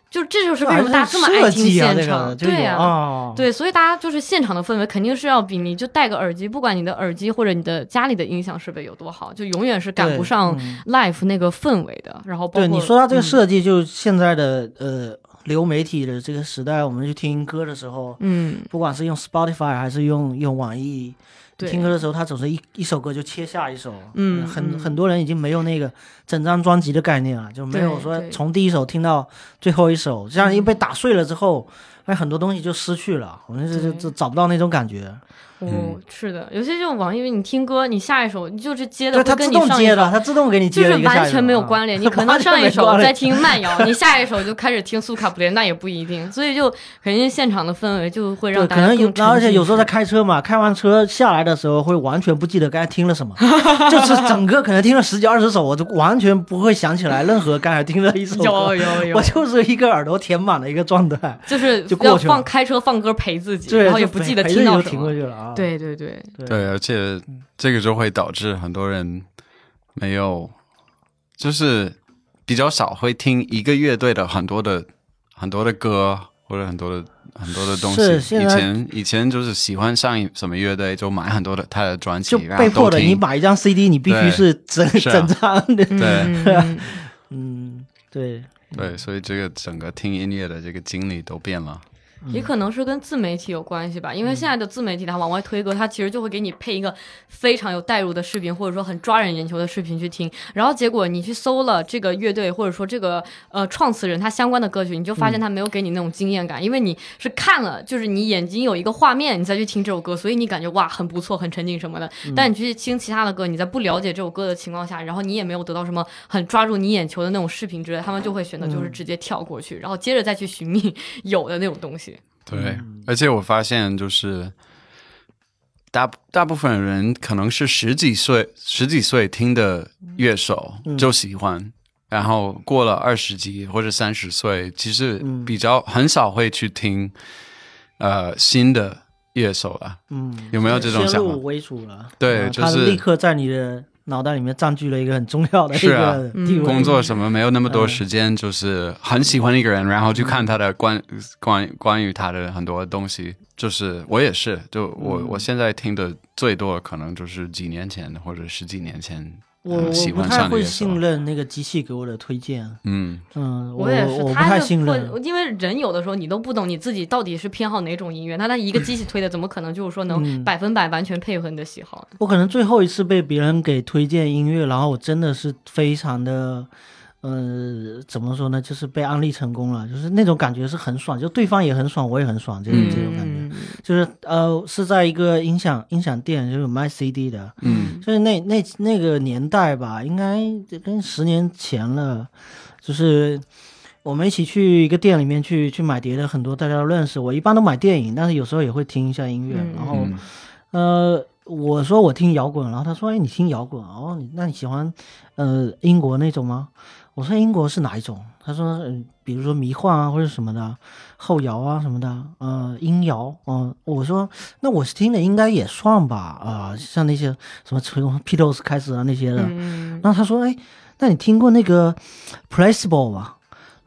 S3: 就这就是为
S2: 还
S3: 什么大家这么爱
S2: 设
S3: 听
S2: 计啊，
S3: 现
S2: 这
S3: 场，
S2: 个就有
S3: 对呀、
S2: 哦
S3: 对，所以大家就是现场的氛围肯定是要比你就戴个耳机，不管你的耳机或者你的家里的音响设备有多好，就永远是赶
S2: 对
S3: 不上
S2: 嗯
S3: live 那个氛围的。然后包括
S2: 对你说到这个
S3: 嗯
S2: 设计，就现在的呃流媒体的这个时代，我们去听歌的时候，
S3: 嗯，
S2: 不管是用 Spotify 还是用用网易
S3: 对
S2: 听歌的时候，它总是一一首歌就切下一首，
S3: 嗯
S2: 很
S3: 嗯
S2: 很多人已经没有那个整张专辑的概念了，就没有
S3: 对
S2: 说
S3: 对嗯
S2: 从第一首听到最后一首，这样一被打碎了之后，那很多东西就失去了，我们就
S3: 对
S2: 就找不到那种感觉，嗯
S3: 哦，是的，有些这种网易云，你听歌，你下一首你就是接的
S2: 对，
S3: 会
S2: 它
S3: 跟
S2: 自
S3: 你
S2: 动
S3: 上一
S2: 接的，
S3: 首。
S2: 它自动给你接
S3: 就是
S2: 了一个下一首嗯啊
S3: 完全没有关 联，你可能
S2: 完全
S3: 上一
S2: 没
S3: 首
S2: 关
S3: 在
S2: 联
S3: 听慢摇，你下一首就开始听苏卡普林，那也不一定，所以就肯定现场的氛围就会让
S2: 对，
S3: 大
S2: 可
S3: 家
S2: 能有
S3: 更，沉
S2: 而且
S3: 浸
S2: 有时候
S3: 式
S2: 在开车嘛，开完车下来的时候会完全不记得刚才听了 什么，就是整个可能听了十几二十首，我就完全不会想起来任何刚才听了一首歌。
S3: 有有 有
S2: 我就是一个耳朵填满的一个状 态，
S3: 就是
S2: 就过
S3: 要
S2: 去
S3: 放
S2: 了
S3: 开车放歌陪自己，
S2: 对，
S3: 然后也
S2: 就
S3: 不
S2: 陪
S3: 记得
S2: 陪着
S3: 听到
S2: 就
S3: 什
S2: 停过
S3: 么。
S2: 去了啊。
S3: 对对对，
S4: 对，而且这个就会导致很多人没有，就是比较少会听一个乐队的很多的很多的歌或者很多的很多的东
S2: 是
S4: 西。
S2: 现
S4: 以
S2: 在
S4: 前以前就是喜欢上一什么乐队就买很多的他的专辑，
S2: 就
S4: 然
S2: 被
S4: 后都
S2: 迫的，
S4: 听
S2: 你买一张 CD，你必须
S4: 对
S2: 是整
S4: 是啊
S2: 整张 的，
S4: 对
S3: 嗯，嗯
S2: 嗯，对，
S4: 对，所以这个整个听音乐的这个经历都变了。
S3: 嗯也可能是跟自媒体有关系吧，因为现在的自媒体它往外推歌，它其实就会给你配一个非常有代入的视频，或者说很抓人眼球的视频去听，然后结果你去搜了这个乐队或者说这个呃创词人他相关的歌曲，你就发现他没有给你那种惊艳感，因为你是看了，就是你眼睛有一个画面，你再去听这首歌，所以你感觉哇很不错，很沉浸什么的。但你去听其他的歌，你在不了解这首歌的情况下，然后你也没有得到什么很抓住你眼球的那种视频之类，他们就会选择就是直接跳过去，然后接着再去寻觅 有的那种东西。
S4: 对，而且我发现就是大大部分人可能是十几岁十几岁听的乐手就喜欢，然后过了二十几或者三十岁，其实比较很少会去听呃新的乐手了。
S2: 嗯，
S4: 有没有这种
S2: 先
S4: 想法
S2: 入？为主了，
S4: 对
S2: 啊
S4: 就
S2: 它
S4: 是
S2: 立刻在你的脑袋里面占据了一个很重要的一
S4: 是啊
S2: 个地位。
S4: 工作什么没有那么多时
S2: 嗯
S4: 间，就是很喜欢一个人，然后去看他的关关关于他的很多东西。就是我也是，就我、
S2: 嗯
S4: 我现在听的最多，可能就是几年前或者十几年前，
S2: 我
S4: 嗯、
S2: 我
S4: 喜
S2: 不
S4: 欢
S2: 太
S4: 上的
S2: 会
S4: 乐手。
S2: 信任那个机器给我的推荐，
S4: 嗯，
S2: 嗯，我
S3: 也是，
S2: 我不
S3: 他
S2: 太
S3: 就
S2: 信
S3: 会
S2: 任。
S3: 因为人有的时候你都不懂你自己到底是偏好哪种音乐，那他一个机器推的，怎么可能就是说
S2: 嗯
S3: 能百分百完全配合你的喜好？
S2: 我可能最后一次被别人给推荐音乐，然后我真的是非常的，呃，怎么说呢，就是被安利成功了，就是那种感觉是很爽，就对方也很爽，我也很爽，就是这种感觉。
S3: 嗯，
S2: 就是呃，是在一个音响音响店，就是有卖 CD 的，
S4: 嗯，
S2: 就是那那那个年代吧，应该得跟十年前了，就是。我们一起去一个店里面去去买碟的，很多大家都认识。我一般都买电影，但是有时候也会听一下音乐。
S3: 嗯
S2: 然后
S4: 嗯，
S2: 呃，我说我听摇滚，然后他说：“哎，你听摇滚哦，你那你喜欢呃英国那种吗？”我说：“英国是哪一种？”他说：“嗯、比如说迷幻啊，或者什么的，后摇啊什么的，呃，音摇。嗯、我说：“那我是听的应该也算吧，啊、像那些什么从 Beatles 开始啊那些的。然
S3: 嗯，
S2: 后他说：“哎，那你听过那个 Placebo 吧？”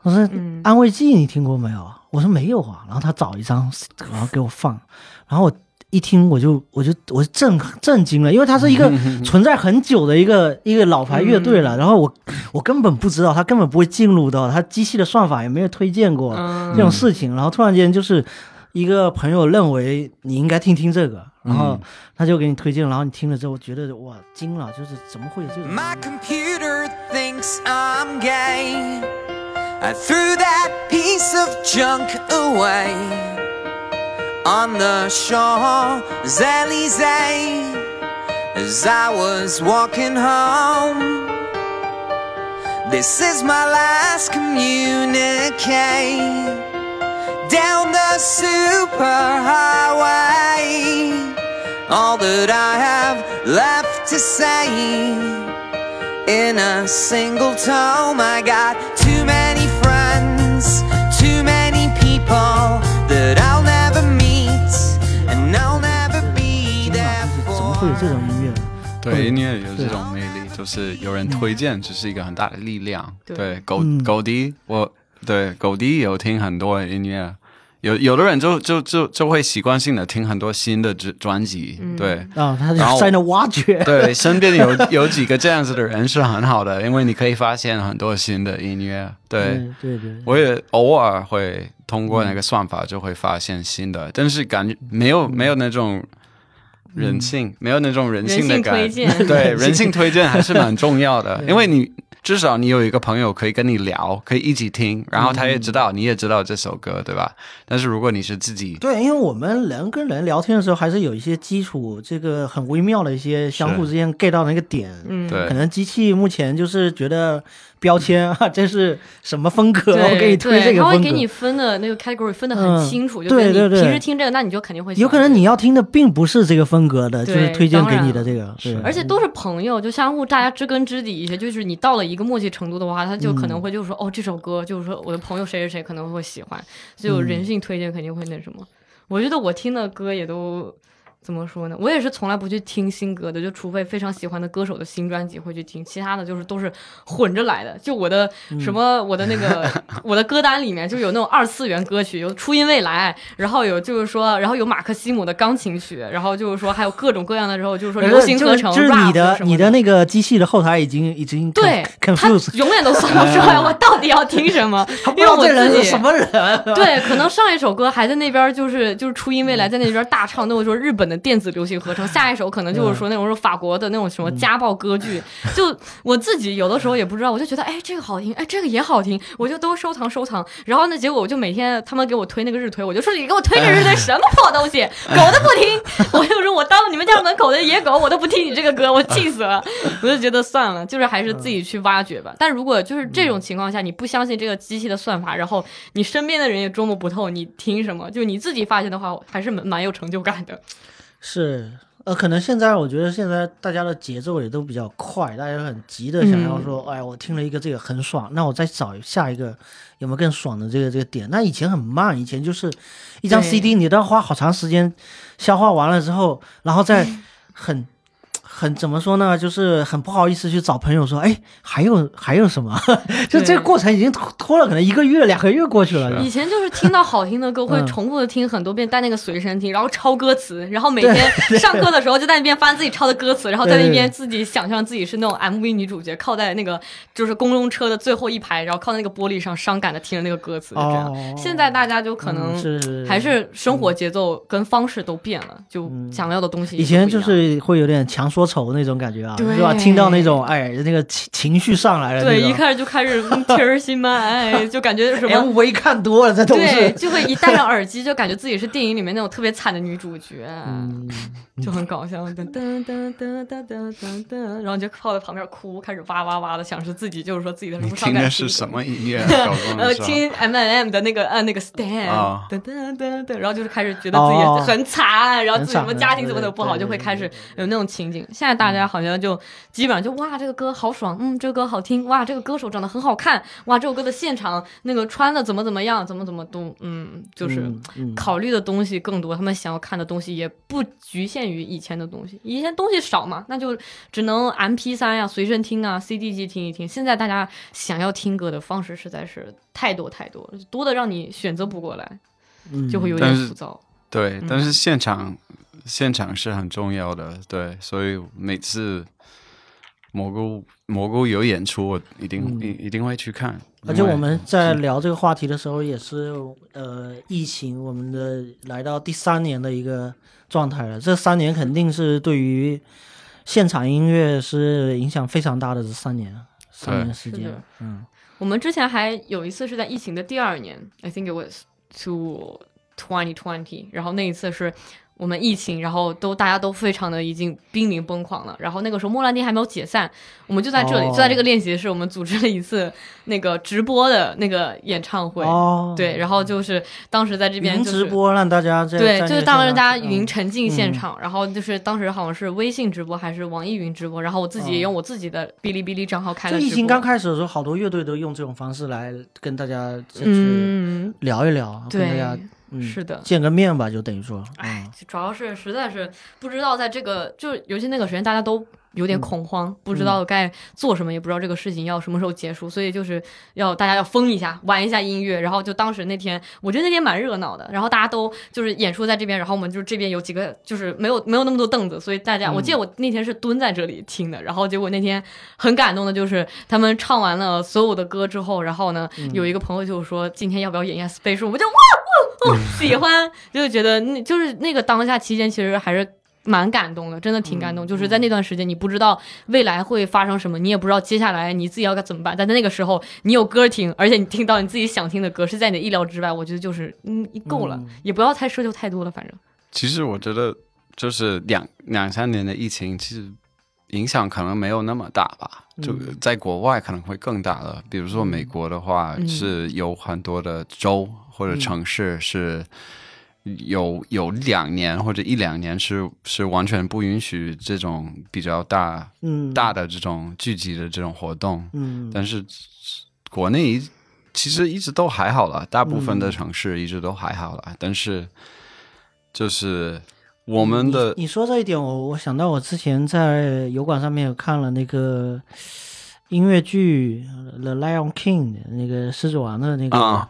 S2: 我说：“
S3: 嗯
S2: 安慰剂你听过没有？”我说：“没有啊。”然后他找一张，然后给我放，然后我一听我就我就我就震震惊了，因为它是一个
S3: 嗯
S2: 存在很久的一个一个老牌乐队了。然后我我根本不知道，他根本不会进入到他机器的算法也没有推荐过
S3: 嗯
S2: 这种事情。然后突然间就是。一个朋友认为你应该听听这个，然后
S3: 嗯
S2: 他就给你推荐，然后你听了之后觉得哇惊了，就是怎么会有这种？
S5: My computer thinks I'm gay. I threw that piece of junk away on the Champs Elysees as I was walking home. This is my last communique down the superhighway. All that I have left to say. In a single tome, I got too many friends, too many people that I'll never meet, and I'll never be
S2: 惊了
S5: there
S2: 就是
S5: for.
S2: 怎么会有这种音乐？
S4: 对，音乐有这种魅力，就是有
S2: 嗯
S4: 人推荐，就是一个很大的力量。
S3: 对
S4: 对，狗狗迪，我对狗迪有听很多音乐，有有的人就就就就会习惯性的听很多新的专专辑，对。
S2: 啊，他
S4: 然后
S2: 就在那挖掘，
S4: 对，身边有有几个这样子的人是很好的，因为你可以发现很多新的音乐。对，
S3: 嗯
S2: 对对对，
S4: 我也偶尔会通过那个算法就会发现新的，但是感觉
S3: 嗯
S4: 没有没有那种人性，没有那种人性的
S3: 人性
S4: 感。
S3: 推荐 嗯
S4: 对，人性推荐还是蛮重要的，因为你至少你有一个朋友可以跟你聊，可以一起听，然后他也知道、你也知道这首歌，对吧？但是如果你是自己，
S2: 对，因为我们人跟人聊天的时候，还是有一些基础，这个很微妙的一些相互之间 get 到那个点。嗯，
S4: 对
S2: 可能机器目前就是觉得标签 啊，这是什么风格， 我给你推这
S3: 对，
S2: 个
S3: 他会
S2: 风
S3: 给你
S2: 格。
S3: 分的那个 category 分的
S2: 嗯
S3: 很清楚，就
S2: 对
S3: 是你
S2: 对对
S3: 平时听这个，那你就肯定会喜
S2: 有
S3: 欢
S2: 可能你要听的并不是这个风格的，就
S3: 对
S2: 是推荐
S3: 当
S2: 给
S3: 然
S2: 你的这个。对，
S3: 而且都是朋友，就相互大家知根知底一些。就是你到了一个默契程度的话，他就可
S2: 嗯
S3: 能会就是说，哦，这首歌就是说我的朋友谁谁谁可能会喜欢，所以
S2: 嗯
S3: 我人性推荐肯定会那什么。我觉得我听的歌也都怎么说呢？我也是从来不去听新歌的，就除非非常喜欢的歌手的新专辑会去听，其他的就是都是混着来的。就我的
S2: 嗯
S3: 什么，我的 那个我的歌单里面就有那种二次元歌曲，有初音未来，然后有就是说，然后有马克西姆的钢琴曲，然后就是说还有各种各样的，然后就是说流行合成
S2: 呃就是就是你
S3: rap
S2: 的
S3: 什么
S2: 你的那个机器的后台已经已经
S3: 对
S2: confuse，
S3: 他永远都算不出来我到底要听什么，
S2: 哎他不
S3: 因
S2: 知
S3: 为
S2: 道
S3: 我
S2: 这人
S3: 自
S2: 是
S3: 己
S2: 什么人。啊
S3: 对，可能上一首歌还在那边，就是就是初音未来在那边大唱，那我说日本的电子流行合成，下一首可能就是说那种说法国的那种什么家暴歌剧，就我自己有的时候也不知道，我就觉得哎这个好听，哎这个也好听，我就都收藏收藏，然后呢结果我就每天他们给我推那个日推，我就说你给我推这日推什么破东西，狗都不听， 我就说我当你们家门口的野狗我都不听你这个歌， 我气死了，我就觉得算了，就是还是自己去挖掘吧。但如果就是这种情况下，你不相信这个机器的算法，然后你身边的人也捉摸不透，你听什么？就你自己发现的话，还是蛮蛮有成就感的。
S2: 是，呃，可能现在我觉得现在大家的节奏也都比较快，大家都很急的想
S3: 嗯
S2: 要说，哎，我听了一个这个很爽，那我再找下一个有没有更爽的这个这个点。那以前很慢，以前就是一张
S3: 对
S2: CD，你都要花好长时间消化完了之后，然后再
S3: 嗯
S2: 很。很怎么说呢？就是很不好意思去找朋友说，哎，还有还有什么？ 就这
S3: 对
S2: 个过程已经拖拖了，可能一个月、两个月过去了。
S3: 以前就是听到好听的歌会
S2: 嗯
S3: 重复的听很多遍，带那个随身听，然后抄歌词，然后每天上课的时候就在那边翻自己抄的歌词，然后在
S2: 对
S3: 那
S2: 对
S3: 边自己想象自己是那种 MV 女主角，靠在那个就是公共车的最后一排，然后靠在那个玻璃上，伤感的听着那个歌词，就这样。
S2: 哦
S3: 现在大家就可能
S2: 嗯是是是
S3: 还是生活节奏跟方式都变了，就想要的东西也
S2: 嗯以
S3: 不一样。
S2: 前就是会有点强说愁那种感觉啊，
S3: 对
S2: 是吧？听到那种哎，那个情情绪上来了，
S3: 对，
S2: 那哎种
S3: 一开始就开始嗯 tears in 心 y 就感觉什么
S2: MV 看多了，这都
S3: 对，
S2: 是
S3: 就会一戴上耳机，就感觉自己是电影里面那种特别惨的女主角，
S4: 嗯
S3: 就很搞笑。噔噔噔噔噔噔噔噔，然后你就靠在旁边哭，开始哇哇哇的，想是自己就是说自己的什
S4: 你
S3: 么伤
S4: 听
S3: 感
S4: 的
S3: 情
S4: 是
S3: 歌
S4: 什？么音 乐？搞不懂
S3: 呃，
S4: 的时候
S3: 听 M M 的那个呃那个 Stand，
S4: 啊
S3: 噔噔噔噔，然后就是开始觉得自己很惨，然后自己什
S2: 哦
S3: 么
S2: 很惨
S3: 家庭怎么都不好，
S2: 对对
S3: 就会开始有那种情景。现在大家好像就基本上就哇这个歌好爽，嗯这个歌好听，哇这个歌手长得很好看，哇这首歌的现场那个穿的怎么怎么样，怎么怎么都嗯就是
S2: 嗯嗯
S3: 考虑的东西更多，他们想要看的东西也不局限于以前的东西，以前东西少嘛，那就只能 M P 三呀、随身听啊、C D 机听一听。现在大家想要听歌的方式实在是太多太多，多的让你选择不过来，
S2: 嗯
S3: 就会有点
S4: 嗯但是
S3: 浮躁。
S4: 对，但是现场、现场是很重要的，对，所以每次蘑菇蘑菇有演出，我一定、一一定会去看。
S2: 嗯而且
S4: 因为
S2: 我们在聊这个话题的时候，也是呃，疫情我们的来到第三年的一个状态了。这三年肯定是对于现场音乐是影响非常大的，这三年三年时
S3: 是
S2: 间嗯
S3: 的，我们之前还有一次是在疫情的第二年，I think it was to twenty twenty，然后那一次是我们疫情，然后都大家都非常的已经濒临崩溃了，然后那个时候莫兰迪还没有解散，我们就在这里，
S2: 哦
S3: 就在这个练习室，我们组织了一次那个直播的那个演唱会，
S2: 哦，
S3: 对，然后就是当时在这边
S2: 云
S3: 就是
S2: 直播让大家在
S3: 对，就是当时
S2: 时嗯
S3: 大家云沉浸现场，然后就是当时好像是微信直播还是网易云直播，然后我自己也用我自己的哔哩哔哩账号开
S2: 哦就
S3: 了直播。
S2: 疫情刚开始的时候，好多乐队都用这种方式来跟大家去
S3: 嗯，
S2: 聊一聊，跟大
S3: 对，
S2: 家嗯
S3: 是的。
S2: 见个面吧，就等于说，
S3: 哎，主要是实在是不知道在这个，就是尤其那个时间大家都
S2: 嗯
S3: 有点恐慌，不知道该做什么，也不知道这个事情要什么时候结束，所以就是要大家要疯一下，玩一下音乐。然后就当时那天，我觉得那天蛮热闹的，然后大家都就是演出在这边，然后我们就这边有几个就是没有没有那么多凳子，所以大家我记得
S2: 嗯
S3: 我那天是蹲在这里听的，然后结果那天很感动的就是他们唱完了所有的歌之后，然后呢
S2: 嗯
S3: 有一个朋友就说今天要不要演一下 Space，我们就哇哇哇喜欢，就是觉得那就是那个当下期间其实还是。蛮感动的，真的挺感动。就是在那段时间，你不知道未来会发生什么，你也不知道接下来你自己要该怎么办。但在那个时候，你有歌听，而且你听到你自己想听的歌，是在你的意料之外。我觉得就是嗯，够了，也不要太奢求太多了。反正
S4: 其实我觉得就是两两三年的疫情，其实影响可能没有那么大吧。就
S2: 嗯
S4: 在国外可能会更大了，比如说美国的话，
S2: 嗯
S4: 是有很多的州或者城市是有有两年或者一两年是是完全不允许这种比较大
S2: 嗯
S4: 大的这种聚集的这种活动。
S2: 嗯
S4: 但是国内一其实一直都还好了，大部分
S2: 嗯
S4: 的城市一直都还好了，但是就是我们的
S2: 你说这一点，我我想到我之前在油管上面有看了那个音乐剧《The Lion King》的那个狮子王的那个，
S4: 啊，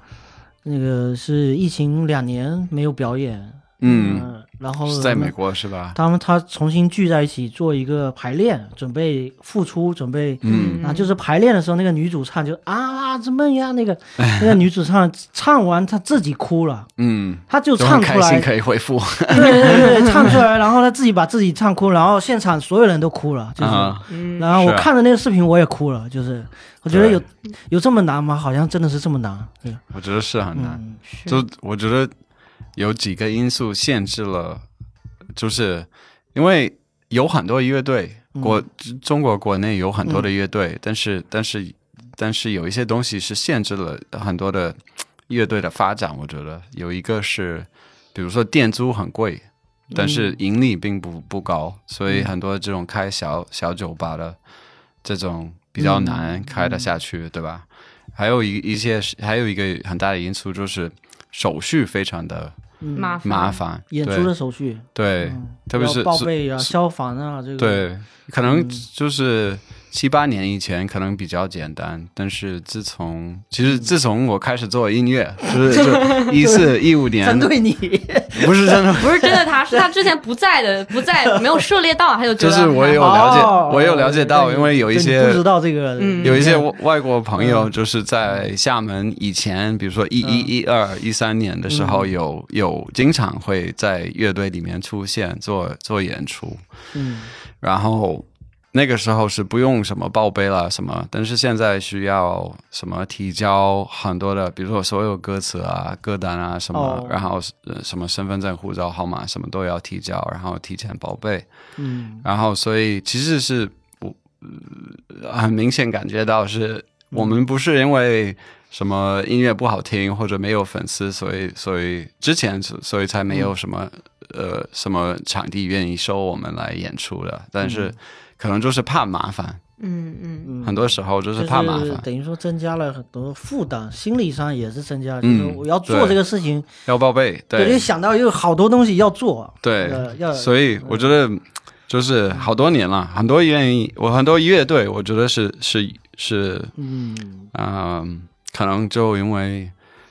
S2: 那个是疫情两年没有表演，
S4: 嗯，
S2: 呃然后
S4: 是在美国是吧？
S2: 他们他重新聚在一起做一个排练，准备复出，准备
S4: 嗯
S2: 啊，就是排练的时候，那个女主唱就啊怎么样？那个
S4: 哎
S2: 那个女主唱唱完她自己哭了，
S4: 嗯，
S2: 她就
S4: 就
S2: 唱
S4: 很
S2: 出
S4: 开心
S2: 来，
S4: 可以 恢复
S2: 对对对，唱出来，然后她自己把自己唱哭，然后现场所有人都哭了，就是。
S4: 啊，
S3: 嗯
S2: 然后我
S4: 是
S2: 看着那个视频，我也哭了，就是我觉得
S4: 对
S2: 有有这么难吗？好像真的是这么难。对，
S4: 我觉得是很难。
S2: 嗯
S3: 是
S4: 就我觉得有几个因素限制了，就是因为有很多乐队，国、中国国内有很多的乐队，但是但是但是有一些东西是限制了很多的乐队的发展。我觉得有一个是，比如说店租很贵，但是盈利并不不高，所以很多这种开小小酒吧的这种比较
S2: 嗯
S4: 难开得下去，对吧？还有一一些是，还有一个很大的因素就是手续非常的
S3: 麻烦
S4: 麻烦，
S2: 演
S4: 对
S2: 出的手续，
S4: 嗯
S2: 嗯
S4: 对，特别
S2: 要
S4: 是
S2: 报
S4: 是
S2: 备啊、消防啊这个。，
S4: 对，可能
S2: 嗯
S4: 就是七八年以前可能比较简单，但是自从其
S2: 嗯
S4: 实自从我开始做音乐， 就是就一四一五年
S2: 针，对你，
S4: 不是真的，
S3: 不是真的他，是他之前不在的，不在没有涉猎到，他就觉
S4: 就
S3: 得
S4: 是我有
S3: 还好
S4: 了解，
S2: 哦
S4: 我有了解
S2: 那
S4: 到，
S2: 你
S4: 因为有一
S2: 就你
S4: 些
S2: 不知道这个，
S3: 嗯
S4: 有一些外外国朋
S2: 嗯
S4: 友就是在厦门以前，比如说一一一二一三年的时候
S2: 嗯
S4: 有，有经常会在乐队里面出现做做演出，
S2: 嗯
S4: 然后那个时候是不用什么报备了什么，但是现在需要什么提交很多的，比如说所有歌词啊、歌单啊什么，
S2: 哦
S4: 然后、呃、什么身份证、护照号码什么都要提交，然后提前报备。
S2: 嗯
S4: 然后所以其实是我、呃很明显感觉到是我们不是因为什么音乐不好听或者没有粉丝，所以所以之前所以才没
S2: 嗯
S4: 有什么、呃什么场地愿意收我们来演出的，但是可能就是怕麻烦，
S3: 嗯嗯
S2: 嗯，
S4: 很多时候就
S2: 就是
S4: 怕麻
S2: 是
S4: 烦，
S2: 等于说增加了很多负担，心理上也是增加了。就
S4: 嗯
S2: 是我要做
S4: 对
S2: 这个事情，
S4: 要报备，
S2: 我就
S4: 对
S2: 想到有好多东西要做，
S4: 对
S2: 呃要，嗯
S4: 所以我觉得。就是好多年了，很多愿意，我很多乐队，我觉得是是是
S2: 嗯
S4: 嗯，可能就因为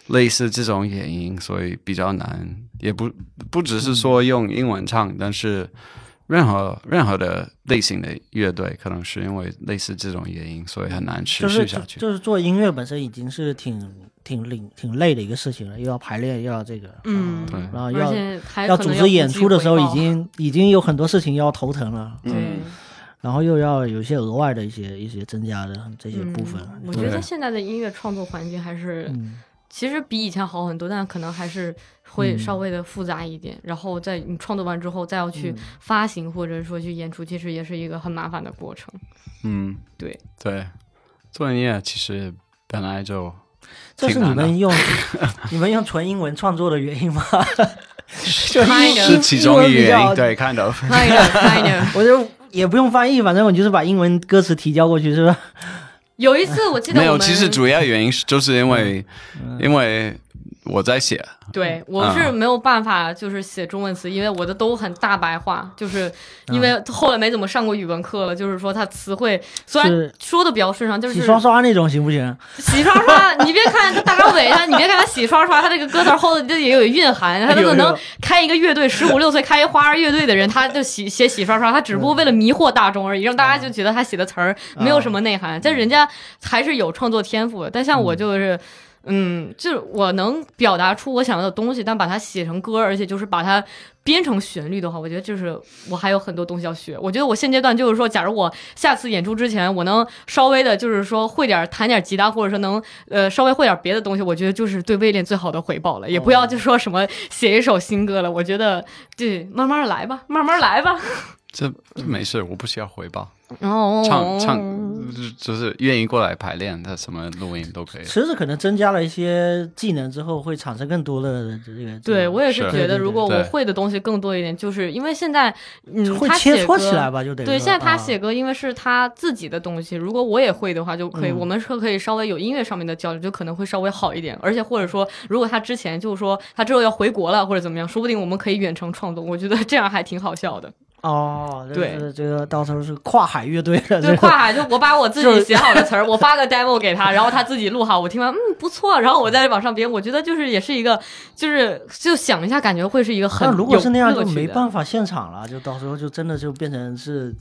S4: 类似这种原因，所以比较难，也不不只是说用英文唱，但是任何任何的类型的乐队，可能是因为类似这种原因，所以很难持
S2: 就是
S4: 续
S2: 就
S4: 下去。
S2: 就是做音乐本身已经是挺挺累挺累的一个事情了，又要排练，又要这个，
S3: 嗯
S4: 对
S2: 然后
S3: 嗯，而
S2: 要
S3: 且还
S2: 要
S3: 可
S2: 组
S3: 能
S2: 织演
S3: 不计
S2: 出的时候，
S3: 回
S2: 已
S3: 报
S2: 经嗯已经有很多事情要头疼了，
S3: 对。
S2: 然后又要有一些额外的一些一些增加的这些部分，
S3: 嗯
S2: 嗯
S3: 我觉
S4: 对
S3: 得现在的音乐创作环境还是，其实比以前好很多，但可能还是会
S2: 嗯
S3: 稍微的复杂一点。然后在你创作完之后，再要
S2: 嗯
S3: 去发行或者说去演出，其实也是一个很麻烦的过程。
S4: 嗯，
S3: 对，
S4: 对，做音乐其实本来就
S2: 这是
S4: 挺
S2: 你
S4: 难的
S2: 们用你们用纯英文创作的原因吗？就
S3: 开的
S4: 是其中一原因，，
S2: 英
S4: 对，kind of。
S3: kind of kind of。
S2: 我就也不用翻译，反正我就是把英文歌词提交过去，是吧？
S3: 有一次我记得
S4: 没
S3: 我
S4: 有，
S3: 们
S2: 嗯
S4: 其实主要原因是就是因为，因为我在写，
S3: 对，我是没有办法，就是写中文词，因为我的都很大白话，就是
S2: 嗯
S3: 因为后来没怎么上过语文课了，就是说它词汇虽然
S2: 是
S3: 说的比较顺畅，就是
S2: 洗刷刷那种行不行？
S3: 洗刷刷，你别看它大张伟啊，你别看它洗刷刷，它这个歌词后头这也有蕴含，他
S2: 有
S3: 可能
S2: 有
S3: 开一个乐队，十五六岁开一花儿乐队的人，他就写写洗刷刷，他只不过为了迷惑大众而已，让大家就觉得他写的词儿没有什么内涵，但人家还是有创作天赋的。但像我就是。嗯，就是我能表达出我想要的东西，但把它写成歌，而且就是把它编成旋律的话，我觉得就是我还有很多东西要学。我觉得我现阶段就是说，假如我下次演出之前，我能稍微的，就是说会点儿弹点儿吉他，或者说能呃稍微会点儿别的东西，我觉得就是对威廉最好的回报了。也不要就说什么写一首新歌了，我觉得对，慢慢来吧，慢慢 来吧。
S4: 这没事，我不需要回报。
S3: 哦，
S4: 唱唱就就是愿意过来排练，他什么录音都可以。
S2: 池子可能增加了一些技能之后，会产生更多的这个。
S3: 对，我也是
S4: 是
S3: 觉
S2: 对
S3: 得，
S2: 对
S3: 如果
S4: 对
S3: 我会的东西更多一点，就是因为现在，嗯，
S2: 会
S3: 他
S2: 切
S3: 写
S2: 磋
S3: 歌
S2: 起来吧，就得
S3: 对，
S2: 说
S3: 现在他
S2: 啊
S3: 写歌，因为是他自己的东西，如果我也会的话，就
S2: 嗯
S3: 可以，我们是可以稍微有音乐上面的交流，就可能会稍微好一点。而且或者说，如果他之前就是说他之后要回国了或者怎么样，说不定我们可以远程创作，我觉得这样还挺好笑的。
S2: 哦，
S3: 对
S2: 这个这个到时候是跨海乐队 的，这
S3: 就是
S2: 个
S3: 跨海，就我把我自
S2: 就
S3: 己
S2: 是
S3: 写好的词儿，我发个 demo 给他，然后他自己录好，我听完嗯不错，然后我再往上编，我觉得就是也是一个，就是就想一下，感觉会是一个很
S2: 但如果 是那样，就没
S3: 法。
S2: 办法现场了，就到时候就真的就变成是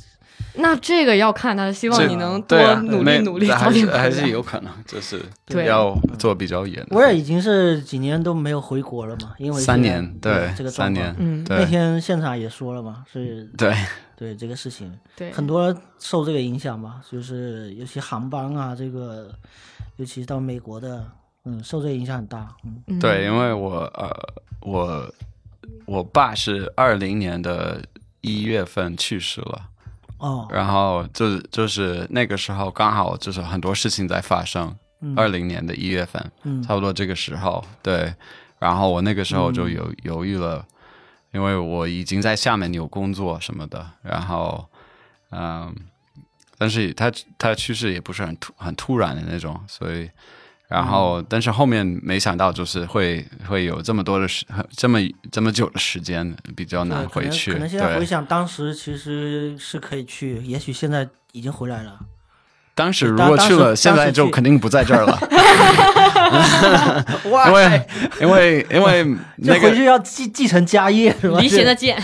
S3: 那这个要看他，希望
S4: 这
S3: 你能多
S4: 对啊
S3: 努
S4: 没
S3: 力努力，早
S4: 还
S3: 点
S4: 是
S3: 回来
S4: 还是有可能，就是
S3: 对啊
S4: 要做比较严。
S2: 我也已经是几年都没有回国了嘛，因为
S4: 三
S2: 这个
S4: 年，对，
S2: 这个状况
S4: 三年，
S3: 嗯
S2: 那
S4: 对
S2: 天现场也说了嘛，是
S4: 对，
S2: 对这个事情，
S3: 对
S2: 很多受这个影响嘛，就是尤其航班啊，这个尤其到美国的，嗯，受这个影响很大，嗯，
S3: 嗯
S4: 对，因为我呃，我我爸是二零年的一月份去世了，
S2: 哦，
S4: 然后就就是那个时候刚好就是很多事情在发生，二零、年的一月份，
S2: 嗯
S4: 差不多这个时候，对，然后我那个时候
S2: 嗯
S4: 就犹、犹豫了，因为我已经在厦门有工作什么的，然后嗯，但是他他去世也不是很突很突然的那种，所以。然
S2: 嗯
S4: 后，但是后面没想到，就是会会有这么多的时，这么这么久的时间比较
S2: 对
S4: 难
S2: 可
S4: 回
S2: 能
S4: 去。
S2: 可能现
S4: 对
S2: 在回想，当时其实是可以去，也许现在已经回来了。
S4: 当时如
S2: 当
S4: 果
S2: 当
S4: 去
S2: 时
S4: 了，现
S2: 当时
S4: 在就
S2: 去
S4: 肯定不在这儿 了，
S2: 哇
S4: 因为因为 因为
S2: 这
S4: 那
S2: 回
S4: 个
S2: 去要继继承家业是吧？
S3: 离弦
S2: 这
S3: 的剑，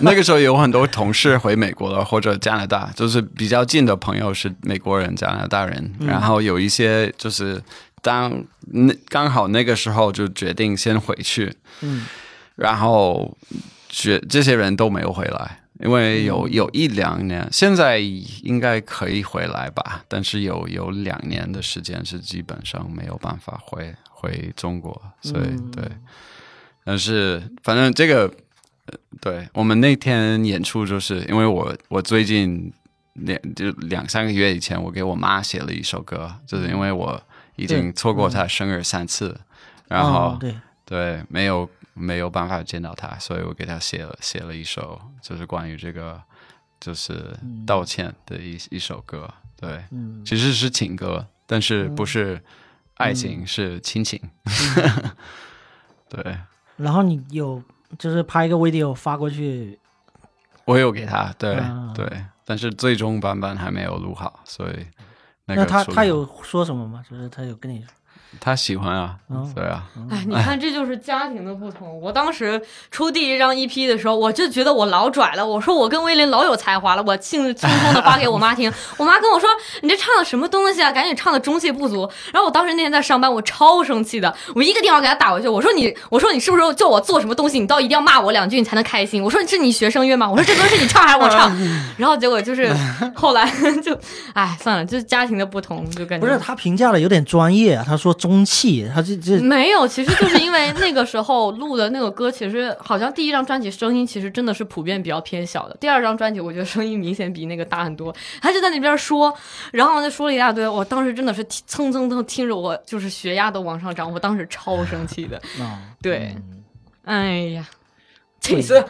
S4: 那个时候有很多同事回美国了，或者加拿大，就是比较近的朋友是美国人、加拿大人，然后有一些就是当那刚好那个时候就决定先回去，
S2: 嗯，
S4: 然后觉这些人都没有回来。因为有有一两年，现在应该可以回来吧，但是有有两年的时间是基本上没有办法回回中国，所以、对，但是反正这个，呃对我们那天演出，就是因为我我最近两就两三个月以前，我给我妈写了一首歌，就是因为我已经错过她生日三次， 然后、
S2: 哦对，
S4: 对没有没有办法见到她，所以我给她写了写了一首，就是关于这个就是道歉的一、一首歌，对，
S2: 嗯，
S4: 其实是情歌，但是不是爱情，
S2: 嗯
S4: 是亲情， 对。
S2: 然后你有就是拍一个 video 发过去，
S4: 我有给他，对、
S2: 啊
S4: 对，但是最终版本还没有录好，所以那
S2: 那
S4: 个
S2: 他
S4: 出
S2: 他有说什么吗？就是他有跟你
S4: 他喜欢啊，
S2: 哦
S4: 对啊，
S3: 哎，你看这就是家庭的不同。我当时出第一张 EP 的时候，我就觉得我老拽了，我说我跟威廉老有才华了，我兴冲冲的发给我妈听， 我妈跟我说你这唱的什么东西啊，赶紧唱的中气不足。然后我当时那天在上班，我超生气的，我一个电话给他打过去，我说你，我说你是不是叫我做什么东西，你倒一定要骂我两句你才能开心。我说是你学声乐吗？我说这歌是你唱还是我 唱？然后结果就是后来 就，哎，算了，就是家庭的不同，就感觉
S2: 不是他评价的有点专业，啊他说中气，他这这
S3: 没有，其实就是因为那个时候录的那个歌，其实好像第一张专辑声音其实真的是普遍比较偏小的，第二张专辑我觉得声音明显比那个大很多。他就在那边说，然后就说了一大堆，我当时真的是听蹭蹭蹭听着我就是血压都往上涨，我当时超生气的。
S2: 啊，
S3: 对，哎呀，
S2: 对
S3: 气死！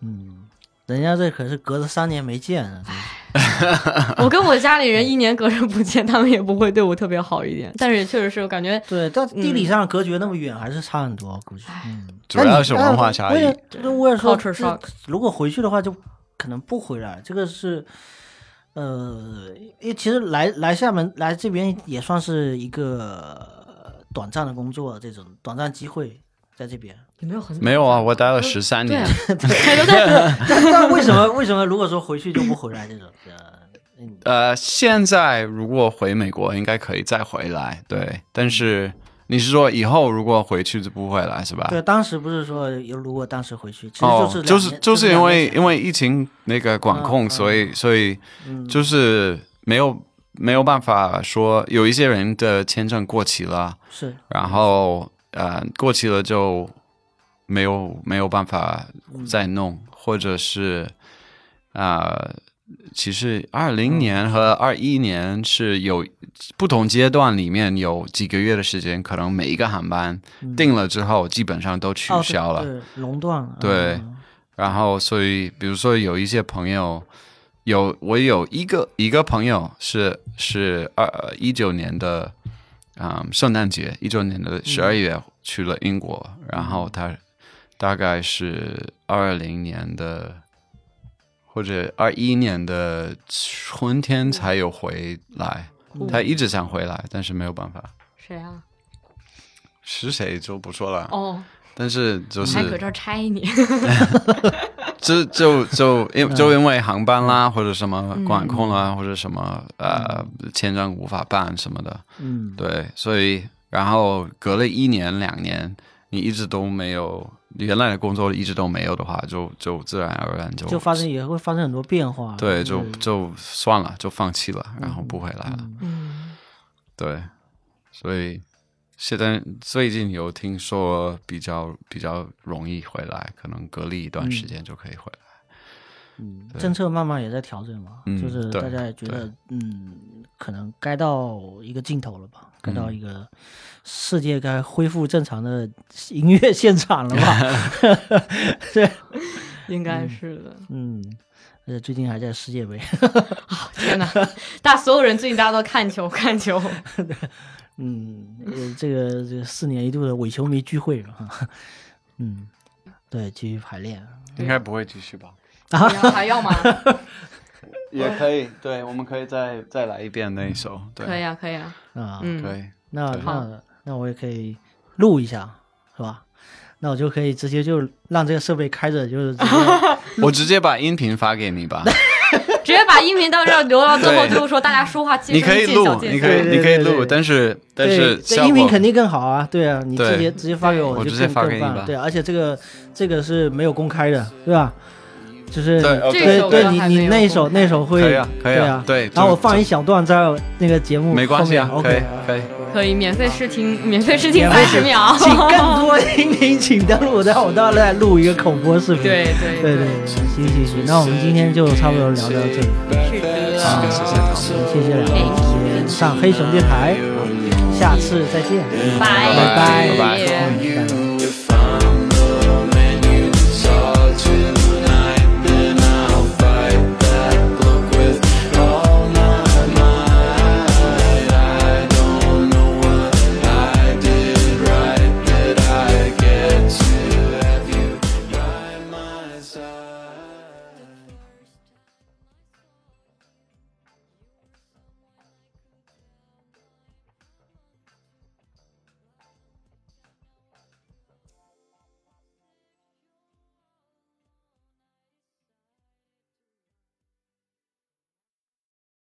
S4: 嗯
S2: 人家这可是隔着三年没见了，
S3: 我跟我家里人一年隔着不见，他们也不会对我特别好一点。但是也确实是我感觉，
S2: 对，但地理上隔绝那么远，还是差很多，估计。嗯，
S4: 主要是文化差异
S2: 那你那我也我也说，这
S3: Culture shock
S2: 如果回去的话，就可能不回来。这个是，呃，因为其实来来厦门来这边也算是一个呃短暂的工作，这种短暂机会在这边。
S3: 也没有 很
S4: 没有啊，我待了十三
S3: 对
S4: 年
S3: 啊，，对对对，
S2: 但但为什么为什么如果说回去就不回来这种？ 呃，嗯
S4: 呃，现在如果回美国，应该可以再回来，对。但是你是说以后如果回去就不回来是吧？
S2: 对，当时不是说有如果当时回去，其实
S4: 哦
S2: 就，是
S4: 就
S2: 就是
S4: 就是因为因
S2: 为
S4: 为疫情那个管控，
S2: 嗯
S4: 所以所以就是没有没有办法说有一些人的签证过期了，
S2: 是
S4: 然后呃过期了就没有没有办法
S2: 嗯
S4: 再弄，或者是啊。呃其实二
S2: 嗯
S4: 零年和二一年是有不同阶段里面有几个月的时间，可能每一个航班定了之后，基本上都取
S2: 嗯哦对
S4: 消了。
S2: 对垄断了，
S4: 对
S2: 嗯
S4: 然后所以比如说有一些朋友，有我有一个一个朋友是是二一九年的，嗯，圣诞节一九年的
S3: 嗯
S4: 十二月去了英国，然后他大概是二零年的。或者二一年的春天才有回来，
S3: 嗯
S4: 他一直想回来，但是没有办法。
S3: 谁啊？
S4: 是谁就不说了，
S3: 哦，
S4: 但是就
S3: 你
S4: 是
S3: 还搁这儿拆你？
S4: 就就就因就因为航班啦，或者什么管控啦，或者什么呃签证无法办什么的，
S2: 嗯，
S4: 对，所以然后隔了一年两年，你一直都没有原来的工作一直都没有的话，就就自然而然就
S2: 就发生也会发生很多变化，嗯
S4: 对，就是就算了，就放弃了，然后不回来了，
S3: 嗯，
S4: 对，所以。现在最近有听说比较比较容易回来，可能隔离一段时间就可以回来。
S2: 政策慢慢也在调整嘛，
S4: 嗯
S2: 就是
S4: 对
S2: 大家也觉得嗯，可能该到一个尽头了
S4: 嗯
S2: 吧，该到一个世界该恢复正常的音乐现场了 吧，对，
S3: 应该是的。
S2: 嗯，而且最近还在世界杯，
S3: 天哪， 大所有人最近大家都看球看 球，
S2: 嗯，呃这个这个四年一度的伪球迷聚会嘛，哈嗯，对，继续排练，
S4: 应该不会继续吧？
S3: 然后还要吗？
S4: 也可以，对，我们可以再再来一遍那一首，对，
S3: 可以啊，可以啊，
S2: 啊，
S3: 嗯，
S4: 可以，
S2: 那
S3: 好
S2: 那那我也可以录一下，是吧？那我就可以直接就让这个设备开着，就是直接
S4: 我直接把音频发给你吧，
S3: 直接把音频到这儿留到最后，
S4: 对
S3: 最后说大家说话介
S4: 你可以
S3: 介绍
S4: 录，
S3: 介
S4: 你
S3: 绍
S4: 可。以，
S2: 对
S4: 你可以
S2: 对对
S4: 录，但是但
S2: 对
S4: 是
S2: 这
S4: 效
S2: 音频
S4: 果
S2: 肯定更好啊，对啊，你直
S4: 对
S2: 接直接发给我
S4: 我
S2: 就
S4: 直接
S2: 更
S4: 发给
S2: 更
S4: 你
S2: 棒
S4: 吧
S2: 了，对，而且这个这个是没有公开的，对吧？就是
S4: 对，OK
S3: 这
S2: 对
S3: 首歌
S2: 对，你
S3: 还没
S2: 你
S3: 有
S2: 那一
S3: 公
S2: 首
S3: 开
S2: 那一首会
S4: 可以啊可以啊
S2: 对啊，
S4: 对
S2: 然后我
S4: 就
S2: 放一小段在那个节目
S4: 没关系啊
S2: 后，面
S4: 可以
S2: OK，
S4: 可以，
S3: 可以免费试
S4: 嗯
S3: 听，免费试听
S2: 免
S3: 三
S2: 费
S3: 十秒。
S2: 请更多音频，请登录我在我到时候再录一个口播视频，
S3: 对对
S2: 对对，对行行行，那我们今天就差不多聊到这里。
S3: 是的，
S4: 谢谢唐总。
S2: 谢谢两位今天上黑熊电台，啊下次再见，
S3: 拜
S2: 拜
S4: 拜拜
S2: 拜拜。